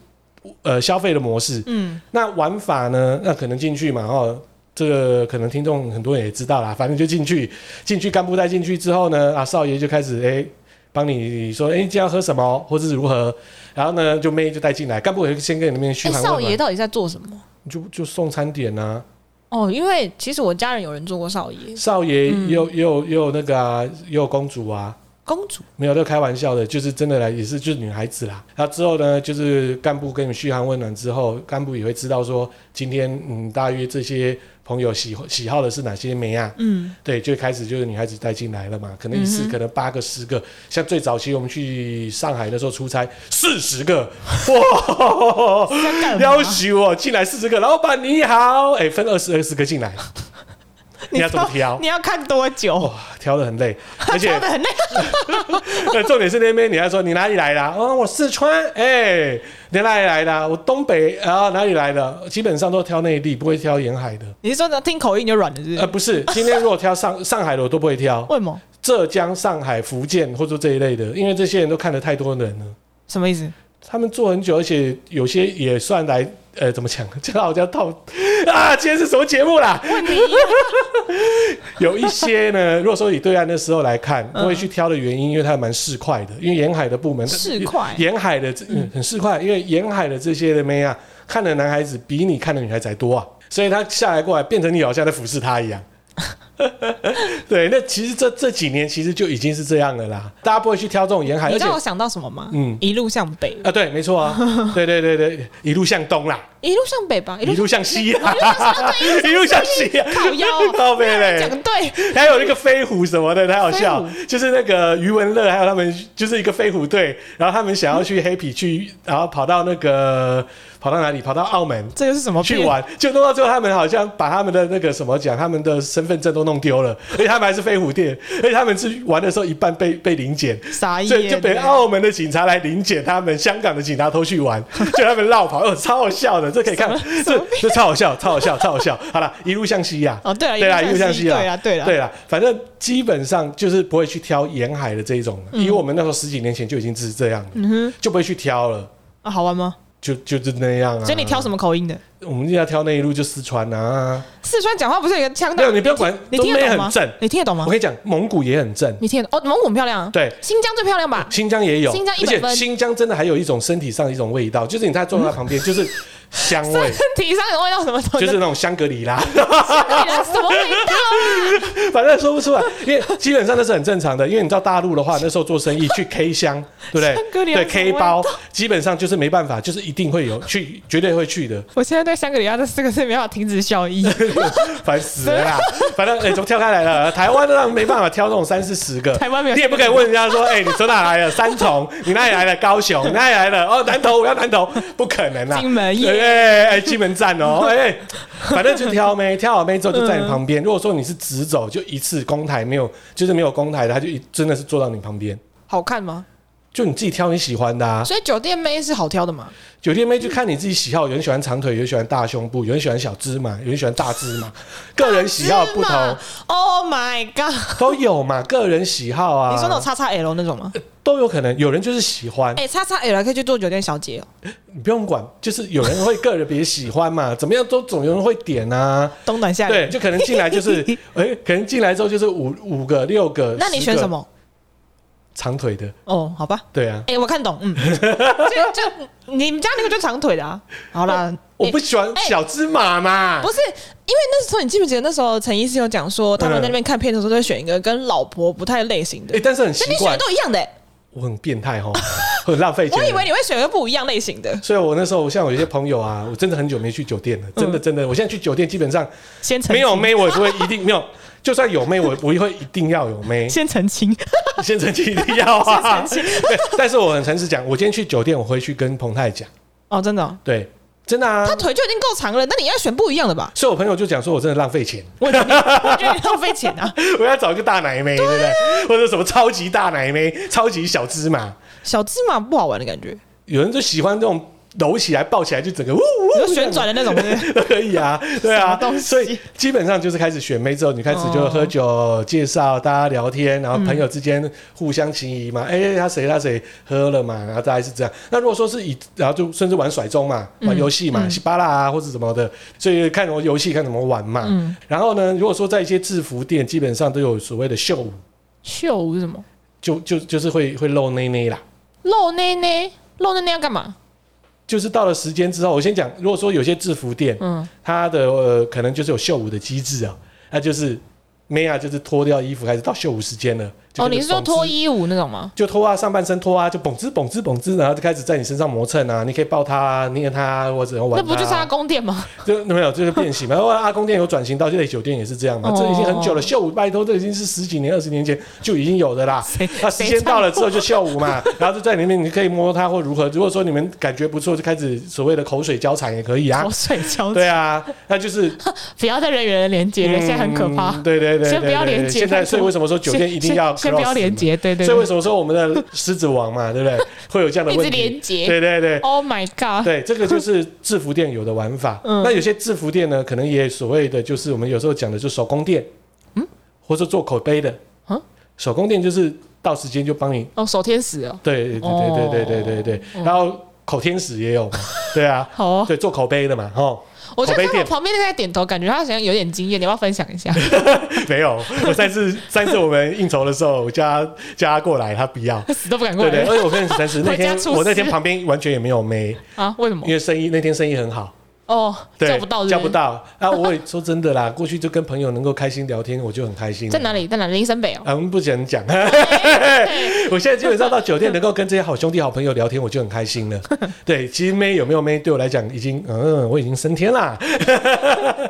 C: 呃消费的模式。
D: 嗯，
C: 那玩法呢？那可能进去嘛，哦，这个可能听众很多人也知道啦，反正就进去，进去干部带进去之后呢，啊，少爷就开始哎。帮你说，哎、今天要喝什么，或是如何？然后呢，就妹就带进来，干部也先跟你面嘘
D: 哎、
C: 寒
D: 少
C: 问
D: 爷
C: 暖，
D: 到底在做什么？
C: 就就送餐点啊。
D: 哦，因为其实我家人有人做过少爷
C: 少爷也有、
D: 嗯
C: 也有也有那个啊，也有公主啊，
D: 公主，
C: 没有，都开玩笑的，就是真的来，也是就是女孩子啦。那之后呢，就是干部跟你嘘寒问暖之后，干部也会知道说，今天嗯，大约这些朋友喜喜好的是哪些美啊？
D: 嗯，
C: 对，就开始就是女孩子带进来了嘛，可能一次、可能八个、十个，像最早期我们去上海的时候出差，四十个，哇，
D: 在干嘛
C: 要？求我进来四十个，老板你好，哎、分二十二十个进来， 你要怎么挑？
D: 你要看多久？
C: 哇，哦挑的很累，而且
D: 挑的很累，
C: 对，重点是那边你还说你哪里来的啊？哦，我四川，哎、你哪里来的啊？我东北啊，哪里来的？基本上都挑内地，不会挑沿海的。
D: 你是说呢听口音就软了，是不是？
C: 呃，不 是，今天如果挑上上海的，我都不会挑
D: 为什么？
C: 浙江、上海、福建或者这一类的，因为这些人都看了太多人了，
D: 什么意思？
C: 他们做很久，而且有些也算来，呃，怎么讲？ 这老家套啊，今天是什么节目啦？
D: 问你，
C: 有一些呢，如果说以对岸的时候来看，
D: 嗯
C: 不会去挑的原因，因为它蛮市侩的，因为沿海的部门
D: 市侩
C: 沿海的这嗯很市侩，因为沿海的这些的妹啊，看的男孩子比你看的女孩子还多啊，所以他下来过来变成你好像在服侍他一样。 对，那其实这这几年其实就已经是这样了啦，大家不会去挑这种沿海，
D: 你
C: 而
D: 知
C: 且
D: 道我想到什么吗？
C: 嗯
D: 一路向北，
C: 啊，对，没错 啊，对对对对，一路向东啦，
D: 一路向北吧，一
C: 一
D: 路
C: 路向西啊， 一路向西啊，
D: 靠腰哦
C: 靠北嘞，
D: 讲对，
C: 还有那个飞虎什么的，太好笑
D: 飞。
C: 就是那个余文乐，还有他们就是一个飞虎队，然后他们想要去黑皮去，然后跑到那个跑到哪里？跑到澳门
D: 这又是什么
C: 去
D: 变？
C: 玩，就弄到最后，他们好像把他们的那个什么讲，他们的身份证都弄丢了，而且他们还是飞虎队，而且他们是玩的时候一半被被临检。
D: 傻
C: 所以
D: 眼，
C: 就被澳门的警察来临检他们，香港的警察偷去 玩，就他们绕跑，哦，超好笑的，这可以看，这这超好笑，超好笑，超好笑。好了，一路向西呀、
D: 哦，对了，
C: 对啦，
D: 一
C: 一路向西啦，
D: 对啦，对啦，啊
C: 对啦，反正基本上就是不会去挑沿海的这一种了，
D: 嗯
C: 因为我们那时候十几年前就已经是这样了，就不会去挑了，
D: 啊，好玩吗？
C: 就就是那样啊。
D: 所以你挑什么口音的？
C: 么？我们要挑那一路就四川啊，
D: 四川讲话不是有一个腔
C: 没
D: 调
C: 有？你不要管，
D: 你
C: 东
D: 听
C: 北
D: 得懂
C: 很
D: 吗
C: 正。？
D: 你听得懂吗
C: 我？跟你讲，蒙古也很正，
D: 你听得懂？哦，蒙古很漂亮啊，
C: 对，
D: 新疆最漂亮吧？
C: 新疆也有，
D: 新疆
C: 而
D: 100
C: 且
D: 分
C: 新疆真的还有一种身体上的一种味道，就是你在坐在 旁边，就是香味。
D: 体上有味道什么东
C: 就
D: 西？
C: 是那种香格里拉，
D: 什么味道？啊
C: 反正说不出来，因为基本上那是很正常的。因为你到大陆的话，那时候做生意去 K 箱，对
D: 香
C: 不对？
D: 格里拉
C: 对 K 包，基本上就是没办法，就是一定会有去，绝对会去的，
D: 我现在对香格里拉这四个字没办法停止笑 意。
C: 烦死了啦！反正哎，怎么跳开来了？台湾让没办法挑这种三四十个，
D: 台湾没有
C: 你也不可以问人家说，哎，你从哪来的？三 重，你哪里来的？高雄，你哪里来的？哦，南投，我要南投，不可能啦！
D: 金门
C: 对
D: 耶
C: 哎哎，金门站哦， 哎，哎反正就挑妹，挑好妹之后就在你旁边。如果说你是直走，就一次公台没有，就是没有公台的，他就一真的是坐到你旁边，
D: 好看吗？
C: 就你自己挑你喜欢的啊。
D: 所以酒店妹是好挑的嘛？
C: 酒店妹就看你自己喜好，有人喜欢长腿，有人喜欢大胸部，有人喜欢小芝麻，有人喜欢大芝麻，个人喜好不
D: 是
C: 同
D: 吗。Oh my god！
C: 都有嘛，个人喜好啊。呃
D: 你说那种叉叉 L 那种吗？
C: 都有可能，有人就是喜欢，
D: 哎，叉叉 L 还可以去做酒店小姐哦，
C: 你不用管，就是有人会个人别喜欢嘛， 怎么样都总有人会点啊。
D: 冬暖夏
C: 对，
D: 凉。
C: 就可能进来 就是，哎、可能进来之后就是五五个、六个。
D: 那你
C: 十个
D: 选什？么？
C: 长腿的，
D: 哦，好吧。
C: 对啊。
D: 哎、我看 懂，嗯，就就你们家那个就长腿的啊。好啦，
C: 我不喜欢小芝麻嘛，
D: 不是因为那时候你记不记得那时候陈医师有讲说，他们在那边看片的时候都会选一个跟老婆不太类型的，
C: 哎、但是很奇
D: 那你选
C: 怪
D: 的，都一样的、欸，
C: 我很变态哦， 我很浪费钱
D: 我。以为你会选一个不一样类型的，
C: 所以，我那时候，像我有些朋友啊，我真的很久没去酒店了，真的真的，我现在去酒店基本上
D: 先嗯澄清
C: 没有妹，我也不会一定没有，就算有妹，我我也会一定要有妹。
D: 先澄清，
C: 先澄清一定要啊！
D: 先澄
C: 对，但是我很诚实讲，我今天去酒店，我会去跟彭泰讲，
D: 哦，真的哦、
C: 对，真的啊
D: 他。腿就已经够长了，那你要选不一样 的吧？
C: 所以我朋友就讲说，我真的浪费钱，
D: 我觉得我觉得你浪费钱啊，
C: 我要找一个大奶妹，对不对？或者什么超级大奶妹、超级小芝麻，
D: 小芝麻不好玩的感觉，
C: 有人就喜欢这种揉起来、抱起来，就整个呜
B: 你
C: 呜
B: 说旋转的那种，对不对
C: 都 可以啊，对
B: 什么
C: 啊
B: 东，西
C: 所以基本上就是开始选妹之后，你开始就喝酒、介绍、大家聊天，然后朋友之间互相情谊嘛，
B: 嗯
C: 哎、他谁他谁喝了嘛，然后大概是这样。那如果说是以，然后就甚至玩甩钟嘛，
B: 嗯
C: 玩游戏嘛，稀巴拉啊或者什么的，所以看什么游戏看怎么玩嘛。
B: 嗯
C: 然后呢，如果说在一些制服店，基本上都有所谓的秀舞，
B: 秀舞是什么？
C: 就就就是会会露内内啦。
B: 露内内，露内内要干嘛？
C: 就是到了时间之后，我先讲，如果说有些制服店，
B: 嗯，
C: 它的呃可能就是有秀舞的机制啊，那就是妹啊，就是脱掉衣服开始到秀舞时间了。就
B: 哦，
C: 跟着
B: 你是说
C: 蹦
B: 脱
C: 姿？
B: 衣舞那种吗？
C: 就脱啊，上半身脱啊，就蹦滋蹦滋蹦滋，然后就开始在你身上磨蹭啊，你可以抱它、啊、捏它、啊，或者玩、
B: 那
C: 啊。
B: 不就是阿公店 吗？
C: 就没有，就是 变形嘛。后来阿公店有转型到这类酒店也是这样嘛，
B: 哦
C: 这已经很久了。秀舞拜托，这已经是十几年、二十年前就已经有 的啦。那时间到了之后就秀舞嘛， 然后就在里面你可以摸它或如何。如果说你们感觉不错，就开始所谓的口水交缠也可以啊
B: 口。水交织，
C: 对啊，那就是
B: 不要再人与人连接了，现在很可怕
C: 嗯。对对对，
B: 先不要
C: 对对对
B: 连接
C: 现
B: 拜
C: 在
B: 托
C: 所以为什么说酒店一定要
B: 先先不要
C: cross
B: 连
C: 嘛？
B: 接，对对
C: 所以为
B: 对
C: 什么说我们的狮子王嘛，对不对？会有这样的
B: 一直
C: 问
B: 连
C: 题。
B: 接。
C: 对对对，
B: Oh my god！
C: 对，这个就是制服店有的玩法。
B: 嗯
C: 那有些制服店呢，可能也所谓的就是我们有时候讲的，就是手工店，或者做口碑的，
B: 嗯
C: 手工店就是到时间就帮你，
B: 哦，手天使哦，
C: 对对对对对对对对，然后口天使也有嘛，对啊，
B: 好哦。
C: 对，做口碑的嘛，哦，
B: 我觉得看
C: 口碑
B: 到
C: 店
B: 旁边那个在点头，感觉他好像有点经验，你要不要分享一 下？
C: 没有，我上次上次我们应酬的时候，我叫他叫他过来，他不要。
B: 死都不敢过
C: 对对，
B: 来
C: 而且我跟你讲，实那
B: 回家
C: 天
B: 出事
C: 我那天旁边完全也没有妹，
B: 啊？为什么
C: 因？为生意那天生意很好，
B: 哦，
C: 对，
B: 叫不到，
C: 叫不。到。啊，我也 说真的啦，过去就跟朋友能够开心聊天，我就很开心。
B: 在哪？里？在哪里？林森北哦。
C: 啊，我们不想讲。 我现在基本上到酒店能够跟这些好兄弟、好朋友聊天，我就很开心 了。对，其实妹有没有妹，对我来讲已经，嗯，我已经升天啦。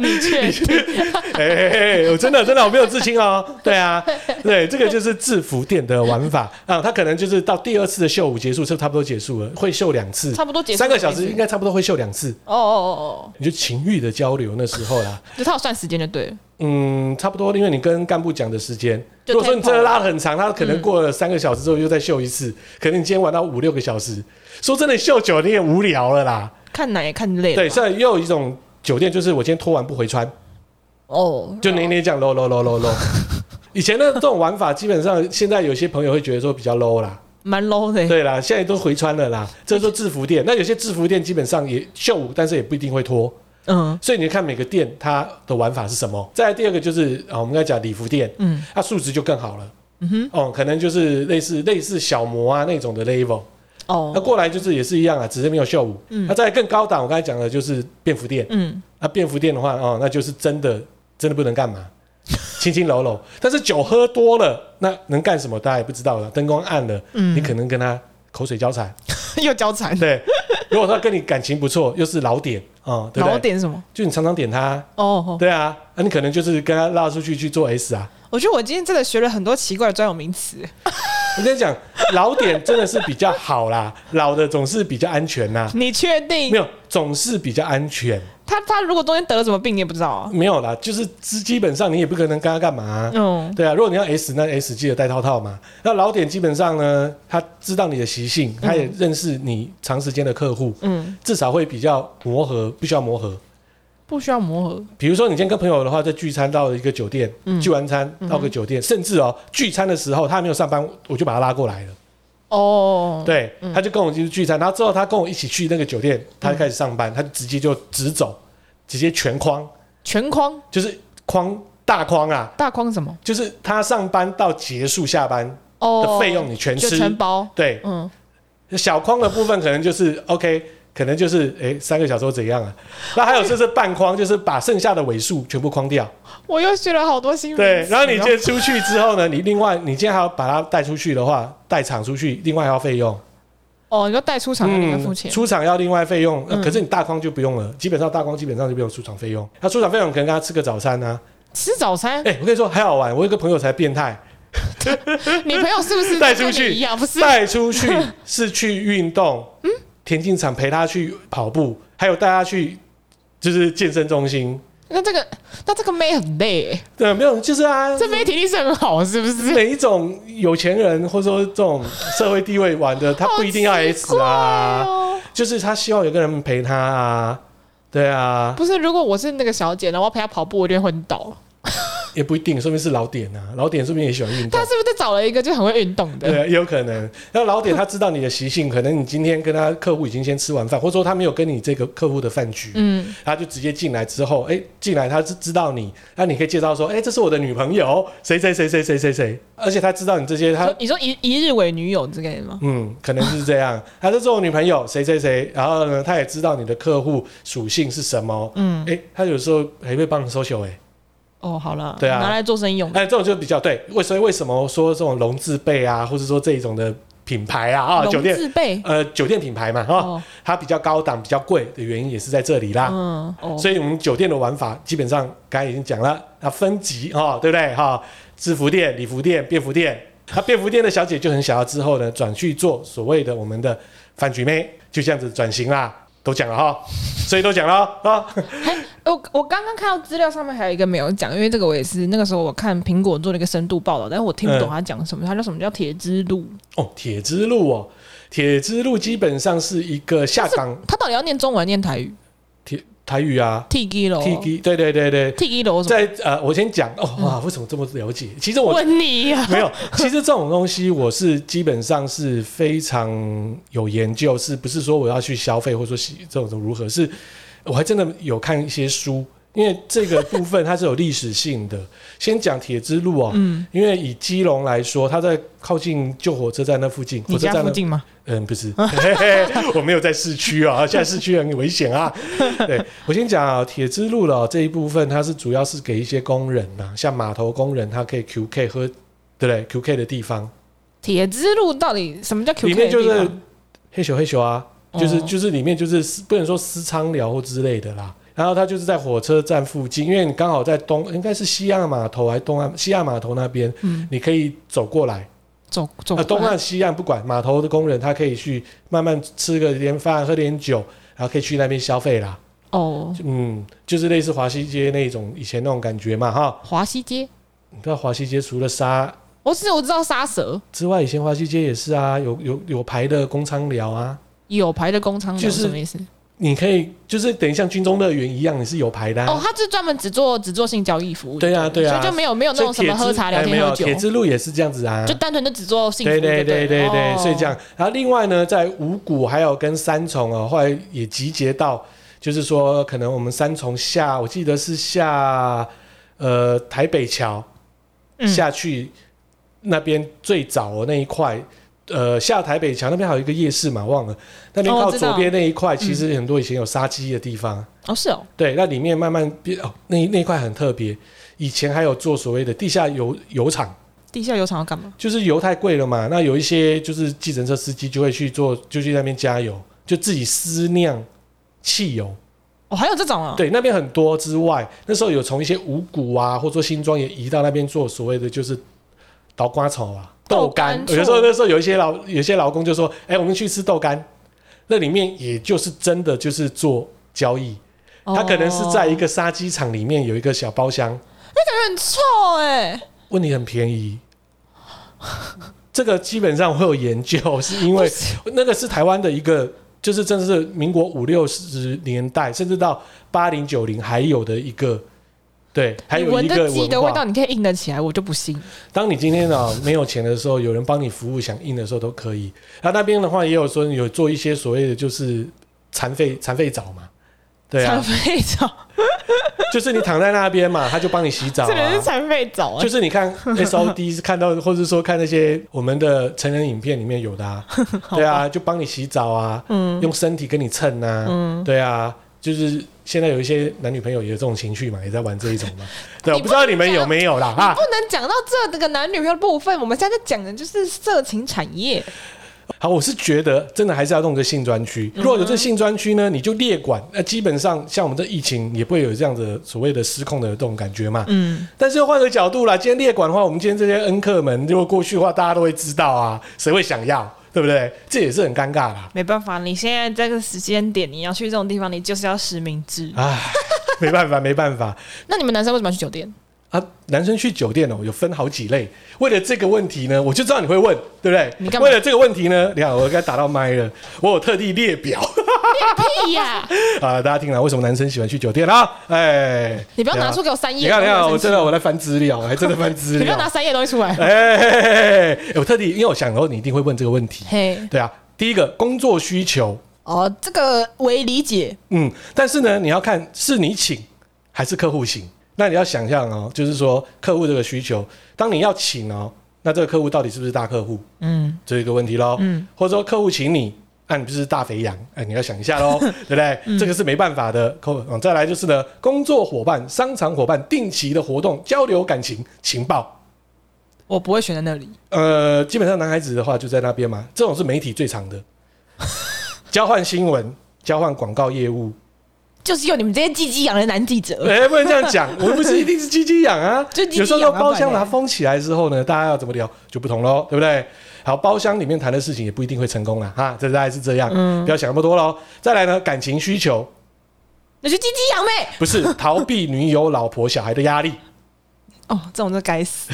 B: 你确定？
C: 哎、嘿嘿我真的真的我没有自清哦。对啊，对，这个就是制服店的玩法 啊。他可能就是到第二次的秀舞结束，就差不多结束了，会秀两次，
B: 差不多结束
C: 三个小时，
B: 没事
C: 应该差不多会秀两次。
B: 哦哦哦
C: 你就情欲的交流那时候啦。
B: 哦，就他有算时间就对了。
C: 嗯，差不多，因为你跟干部讲的时间，
B: 就
C: 如果说你
B: tempo
C: 真的拉的很长，他可能过了三个小时之后又再秀一次，可能你今天玩到五六个小时，说真的，秀久了你也无聊了啦。
B: 看奶也看累了吧。
C: 对，所以又有一种酒店就是我今天脱完不回穿，
B: 哦，
C: 就捏捏这样 low low low low low。以前的这种玩法，基本上现在有些朋友会觉得说比较 low 啦，
B: 蛮 low 的欸。
C: 对啦，现在都回穿了啦。这说制服店，那有些制服店基本上也秀舞，但是也不一定会脱。
B: 嗯
C: 所以你看每个店它的玩法是什么。再来第二个就是啊，我们刚才讲礼服店，
B: 嗯，
C: 它数值就更好了。嗯哼，哦，可能就是类似类似小模啊那种的 level，那
B: 哦，
C: 过来就是也是一样啊，只是没有秀舞。嗯，那再来更高档，我刚才讲的就是便服店。
B: 嗯，
C: 那便服店的话，哦，那就是真的真的不能干嘛， 轻轻柔柔。但是酒喝多了，那能干什么大家也不知道了。灯光暗了，嗯，你可能跟他口水交缠。
B: 又交缠。
C: 对，如果他跟你感情不错，又是老点啊、哦对不
B: 老
C: 对？
B: 点什么？
C: 就你常常点他，
B: 哦，哦
C: 对啊，那、你可能就是跟他拉出去去做 S 啊。
B: 我觉得我今天真的学了很多奇怪的专有名词。
C: 我跟你讲，老点真的是比较好啦，老的总是比较安全呐、
B: 你确
C: 没
B: 定？
C: 有，总是比较安全，
B: 他他如果中间得了什么病，你也不知道啊。
C: 没有啦，就是基基本上你也不可能跟他干嘛啊、
B: 嗯，
C: 对啊，如果你要 S，那 S 记得戴套套嘛。那老点基本上呢，他知道你的习性，他也认识你长时间的客户，
B: 嗯，
C: 至少会比较磨合，不需要磨合。
B: 不需要磨合。
C: 比如说，你今天跟朋友的话，在聚餐到一个酒店，
B: 嗯
C: 聚完餐到个酒店，甚至哦，聚餐的时候他还没有上班，我就把他拉过来了。
B: 哦，，
C: 对，他就跟我就是聚餐，然后之后他跟我一起去那个酒店，
B: 嗯
C: 他就开始上班，他就直接就直走，直接全框，
B: 全框
C: 就是框大框啊，
B: 大框什么？
C: 就是他上班到结束下班
B: 哦，
C: 的费用你全
B: 就
C: 吃。
B: 全包。
C: 对，
B: 嗯，
C: 小框的部分可能就是 OK，可能就是诶三个小时或怎样啊？那还有就是半框，就是把剩下的尾数全部框掉。
B: 我又学了好多新名词哎哦。
C: 对，然后你今天出去之后呢，你另外你今天还要把它带出去的话，带场出去，另外还要费用。
B: 哦，你说带出场的那个付钱。
C: 嗯
B: 嗯
C: 出场要另外费用、呃可是你大框就不用了，基本上大框基本上就不用出场费用。那出场费用可能跟他吃个早餐啊。
B: 吃早餐
C: 哎、，我跟你说还好玩，我有个朋友才变态，
B: 你朋友是不是
C: 带
B: 跟
C: 出
B: 你
C: 去
B: 一样？不是，嗯
C: 带 出去是去运动，田径场陪他去跑步，还有带他去就是健身中心。
B: 那这个那这个妹很累欸，
C: 对，没有，就是啊，
B: 这妹体力是很好，是不是？
C: 每一种
B: 哦
C: 有钱人或者说这种社会地位玩的，他不一定要 S
B: 好
C: 啊。
B: 奇怪哦
C: 就是他希望有个人陪他啊，对啊，
B: 不是，如果我是那个小姐，然后我要陪她跑步，我就会昏倒。
C: 也不一定，说明是老点啊，老点说明也喜欢运动
B: 她。是不是找了一个就很会运动的？
C: 对，也有可能。那老点他知道你的习性，可能你今天跟他客户已经先吃完饭，或者说他没有跟你这个客户的饭局，
B: 嗯，
C: 他就直接进来之后，哎、进来他是知道你，那你可以介绍说，哎、这是我的女朋友，谁谁谁谁谁谁谁，而且他知道你这些，他
B: 说你说一一日为女友之类的吗？
C: 嗯，可能是这样。他这是我女朋友，谁谁谁，然后呢，他也知道你的客户属性是什么。嗯，哎、他有时候还会帮你搜求、哎，
B: 哦，好了，
C: 对啊
B: 拿来做生意用的。
C: 哎，这种就比较对。为所以为什么说这种龙字辈啊，或者说这一种的品牌啊，啊，
B: 龙
C: 酒店
B: 自备
C: 呃酒店品牌嘛，哈、
B: 哦
C: 它比较高档、比较贵的原因也是在这里啦。
B: 嗯，哦，
C: 所以我们酒店的玩法基本上刚才已经讲了，那分级哈、对不对哈、制服店、礼服店、便服店，那便服店的小姐就很想要之后呢，转去做所谓的我们的饭局妹，就这样子转型啦。都讲了哈、所以都讲了啊、
B: 我我刚刚看到资料上面还有一个没有讲，因为这个我也是那个时候我看苹果做了一个深度报道，但是我听不懂
C: 嗯
B: 他讲什么，他叫什么叫铁之路，
C: 哦，铁之路哦，铁之路基本上是一个下岗
B: 他到底要念中文还是念台语
C: 铁台语啊
B: ？T G
D: 哦
B: 楼
C: ，T G，对对对对，
B: T G 楼什么？
C: 在呃，我先讲哦，哇，为什么这么了解？其实我
B: 问你啊呀、
C: 没有，其实这种东西我是基本上是非常有研究，是不是说我要去消费或者说喜这种如何？是我还真的有看一些书，因为这个部分它是有历史性的。先讲铁之路哦，因为以基隆来说，它在靠近旧火车站那附近，
B: 你
C: 火车
B: 家
C: 站
B: 附
C: 那
B: 近吗？
C: 嗯，不是，嘿嘿我没有在市区啊，现在市区很危险啊。对我先讲啊，铁之路了这一部分，它是主要是给一些工人嘛，像码头工人，他可以 QK 喝，对不对？QK 的地方
B: 铁之路到底什么叫 QK
C: 里面就
B: 的地
C: 是
B: 方
C: 嘿咻嘿咻啊，就是、
B: 哦
C: 就是里面就是私不能说私娼寮或之类的啦。然后它就是在火车站附近，因为你刚好在东，应该是西岸码头还是东岸西岸码头那边，
B: 嗯
C: 你可以走过来。
B: 走走
C: 呃，东
B: 过来
C: 岸、西岸不管，码头的工人他可以去慢慢吃个点饭、喝点酒，然后可以去那边消费啦。
B: 哦，
C: 嗯，就是类似华西街那种以前那种感觉嘛，哈。
B: 华西街，
C: 你知道华西街除了沙
B: 我只我知道沙蛇
C: 之外，以前华西街也是啊，有有有牌的工仓寮啊，
B: 有牌的工厂，
C: 就是
B: 什么意思？
C: 你可以就是等于像军中乐园一样，你是有牌的、啊。
B: 哦，他是专门只做只做性交易服务的，
C: 对啊，对啊，
B: 所以就没有没有那种什
C: 所以
B: 么
C: 铁之
B: 喝茶聊
C: 哎没
B: 天
C: 有
B: 喝酒，
C: 铁之路也是这样子啊，
B: 就单纯就只做性服务
C: 对
B: 就
C: 对
B: 对
C: 对对对，
B: 哦
C: 所以这样。然后另外呢，在五股还有跟三重哦，后来也集结到，就是说可能我们三重下，我记得是下呃台北桥
B: 嗯
C: 下去那边最早哦那一块。呃，下台北桥那边还有一个夜市嘛，忘了。那边
B: 哦
C: 靠
B: 我知道
C: 左边那一块，其实很多以前有杀鸡的地方。
B: 哦是哦，
C: 对，那里面慢慢变哦，那那一块很特别。以前还有做所谓的地下油油厂，
B: 地下油厂要干嘛？
C: 就是油太贵了嘛，那有一些就是计程车司机就会去做，就去那边加油，就自己私酿汽油。
B: 哦，还有这种啊？
C: 对，那边很多之外，那时候有从一些五谷啊，或者说新庄也移到那边做所谓的就是倒瓜草啊、
B: 豆
C: 豆干。
B: 干
C: 有时
B: 醋
C: 候那时候有一些劳有些劳工就说：“哎、我们去吃豆干。”那里面也就是真的就是做交易，
B: 哦，
C: 他可能是在一个杀鸡场里面有一个小包厢，
B: 很臭哎、
C: 问你很便宜。这个基本上我有研 究，是因为那个是台湾的一个，就是真的是民国五六十年代，甚至到八零九零还有的一个，对，还
B: 你
C: 有一
B: 闻
C: 个
B: 着鸡的
C: 文
B: 味道，
C: 化。
B: 你可以硬得起来，我就不信。
C: 当你今天啊没有钱的时候，有人帮你服务，想印的时候都可以。然后那边的话也有说有做一些所谓的就是残废残废澡嘛，对
B: 残
C: 啊，
B: 废澡，
C: 就是你躺在那边嘛，他就帮你洗澡、啊。
B: 这人是残废澡啊！
C: 就是你看 S O D 是看到，或者说看那些我们的成人影片里面有的啊，对啊，就帮你洗澡啊，用身体跟你蹭啊，对啊，就是现在有一些男女朋友也有这种情绪嘛，也在玩这一种嘛，对，啊
B: 你
C: 我不知道
B: 不能
C: 你们
B: 这样
C: 有没有啦
B: 你
C: 啊
B: 不。能讲到这这个男女朋友的部分，我们现在在讲的就是色情产业。
C: 好，我是觉得真的还是要弄个性专区，
B: 嗯
C: 如果有这性专区呢，你就列管，那基本上像我们这疫情也不会有这样的所谓的失控的这种感觉嘛，
B: 嗯，
C: 但是换个角度啦，今天列管的话，我们今天这些恩客们如果过去的话，大家都会知道啊，谁会想要，对不对？这也是很尴尬啦。
B: 没办法，你现在这个时间点，你要去这种地方，你就是要实名制。
C: 唉，没办法，没办法
B: 那你们男生为什么要去酒 店？
C: 啊！男生去酒店哦，有分好几类。为了这个问题呢，我就知道你会问，对不对？
B: 你干嘛
C: 为了这个问题呢，你看我刚才打到麦了，我有特地列表，
B: 屁哎呀、
C: 啊，大家听了为什么男生喜欢去酒店啦？哎，
B: 你不要拿出给我三页
C: 你看，你
B: 我
C: 看，
B: 很
C: 我真
B: 生
C: 的
B: 气
C: 我在翻资料，我还真的翻资
B: 你不要拿
C: 料。
B: 三页东西出 来。
C: 哎哎，哎哎我特地因为我想，然后你一定会问这个问题。
B: 嘿，
C: 对啊，第一个工作需求，
B: 哦，这个为理解，
C: 嗯，但是呢，你要看是你请还是客户请。那你要想象哦，就是说客户这个需求，当你要请哦，那这个客户到底是不是大客户，
B: 嗯，
C: 这是一个问题喽。嗯，或者说客户请你，啊那、你不是大肥羊，哎，你要想一下喽，对不对？这个是没办法的。客户、嗯，再来就是呢，工作伙伴、商场伙伴定期的活动交流感情情报。
B: 我不会选在那里。
C: 呃，基本上男孩子的话就在那边嘛，这种是媒体最长的，交换新闻、交换广告业务，
B: 就是有你们这些鸡鸡养的男记 者，
C: 哎、不能这样讲，我们不是一定是鸡鸡痒啊，
B: 就鸡鸡
C: 有时候
B: 痒
C: 到
B: 啊
C: 包厢
B: 不然
C: 拿
B: 嘞
C: 封起来之后呢，大家要怎么聊就不同喽，对不对？好，包厢里面谈的事情也不一定会成功啦，哈，这大概是这样，
B: 嗯
C: 不要想那么多喽。再来呢，感情需 求
B: 那就鸡鸡养呗。
C: 不是逃避女友、老婆、小孩的 压力，
B: 哦，这种就该死，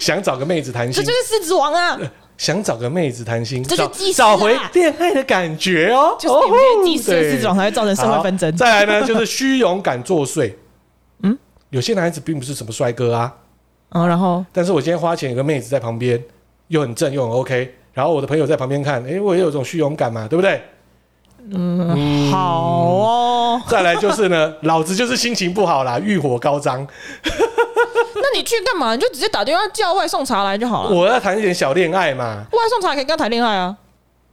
C: 想找个妹子谈
B: 这
C: 心
B: 就，是狮子王 啊，
C: 想找个妹子谈心，
B: 这就
C: 找
B: 技师
C: 找回
B: 啦
C: 恋爱的感觉哦，
B: 就是你们这些鸡
C: 哦吼
B: 狮狮子王才会造成社会纷争
C: 好。再来呢，就是虚荣感作祟，嗯，有些男孩子并不是什么帅哥啊。
B: 嗯，然后
C: 但是我今天花钱有个妹子在旁边，又很正又很 OK，然后我的朋友在旁边看，诶，我也有种虚荣感嘛，对不对？
B: 好哦，
C: 再来就是呢， 老子就是心情不好啦，欲火高涨，
B: 那你去干嘛？你就直接打电话叫外送茶来就好了。
C: 我要谈一点小恋爱嘛，
B: 外送茶也可以跟他谈恋爱啊，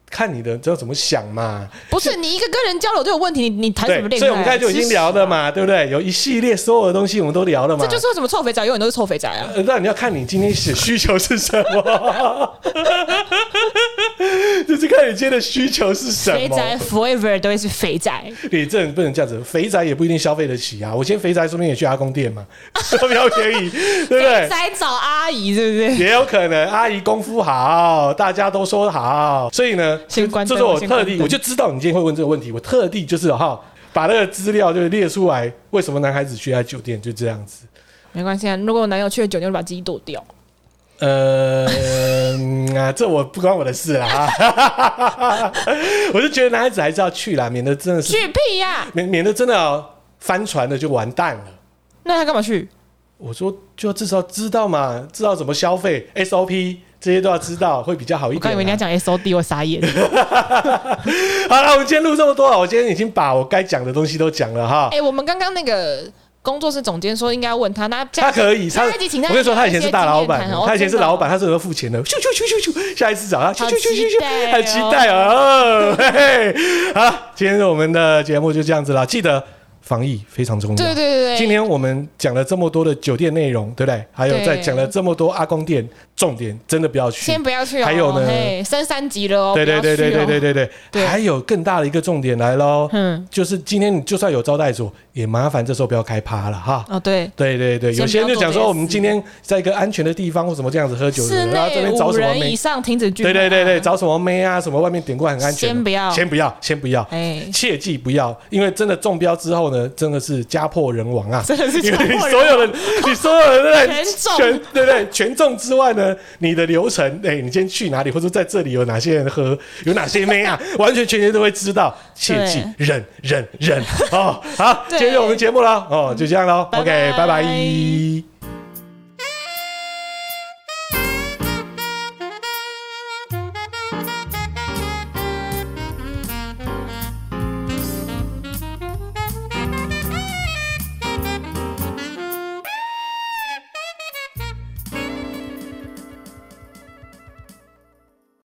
C: 看你的知道怎么想嘛。
B: 不是你一个跟人交流都有问题，你你谈
C: 对
B: 什么，恋爱？啊
C: 所以我们刚才就已经聊了
B: 吃屎
C: 嘛，对不对？有一系列所有的东西我们都聊了嘛。
B: 啊，这就是为什么臭肥宅永远都是臭肥宅啊。
C: 呃，那你要看你今天写需求是什么， 就是看你今天的需求是什
B: 肥
C: 么。
B: 宅 forever 都会是肥宅，
C: 你这人不能这样子，肥宅也不一定消费得起啊。我今天肥宅说不定也去阿公店嘛， 都比较便宜，对不
B: 肥
C: 对？
B: 宅找阿姨是不 是？
C: 也有可能阿姨功夫好，大家都说好，所以呢，
B: 先关
C: 这
B: 灯
C: 是我
B: 先
C: 特
B: 关
C: 地，
B: 灯
C: 我就知道你今天会问这个问题，我特地就是哈，把那个资料就列出来，为什么男孩子去爱酒店就这样子。
B: 没关系啊，如果我男友去了酒店，我就把鸡剁掉。
C: 呃、嗯啊， 这我不关我的事啦，啊 我就觉得男孩子还是要去啦，免得真的是
B: 去屁呀、
C: 免免得真的哦、翻船了就完蛋了。
B: 那他干嘛去？
C: 我说，就至少知道嘛，知道怎么消费 SOP 这些都要知道，会比较好一
B: 我刚
C: 点
B: 以为你要
C: 啊、
B: 讲 S O D，我傻 眼。
C: 好了，我们今天录这么多了，我今天已经把我该讲的东西都讲了哈。
B: 哎、我们刚刚那个工作室总监说应该要问他，那下
C: 他可以，他
B: 下一集请他
C: 我跟你说，他以前是大老
B: 讲一些
C: 板
B: 经验谈哦，
C: 他以前是老板，
B: 真
C: 他是有付钱的，咻咻咻咻咻，下一次找他，咻咻咻咻咻，
B: 好
C: 很
B: 期
C: 期
B: 待哦
C: 待哦。嘿嘿，好了，今天我们的节目就这样子了，记得防疫非常重要。
B: 对对对
C: 今
B: 对，
C: 天我们讲了这么多的酒店内容，对不对？还有
B: 对
C: 在讲了这么多阿公店，重点真的不要去
B: 先。不要去哦，
C: 还有呢
B: 嘿升三级了哦，
C: 对对对对对对
B: 对，
C: 对对，
B: 对
C: 还有更大的一个重点来喽，
B: 嗯，
C: 就是今天你就算有招待所，也麻烦这时候不要开趴了哈。
B: 哦对，
C: 对对对，有
B: 先
C: 些人就讲说
B: 不要做这些
C: 我们今天在一个安全的地方或什么这样子喝酒
B: 室
C: 的，啊然后这
B: 内
C: 边找
B: 五
C: 什么
B: 人
C: 妹
B: 以，上停止聚会
C: 对
B: 啊，
C: 对对对，找什么妹啊，什么外面点过很安全的，
B: 先不要
C: 先不要，先不要，
B: 哎，
C: 切记不要，因为真的中标之后呢，真的是家破人亡啊。
B: 真的是
C: 因
B: 强
C: 为你
B: 迫
C: 所
B: 人。
C: 有的，你所有的
B: 全
C: 对
B: 中
C: 对不对？权重之外呢，你的流程，哎、你今天去哪里，或者在这里有哪些人喝，有哪 些妹啊，完全全全都会知道。切记忍忍忍哦，好，
B: 对
C: 今天就我们节目了哦，就这样喽
B: 拜
C: ，OK，拜
B: 拜
C: 拜。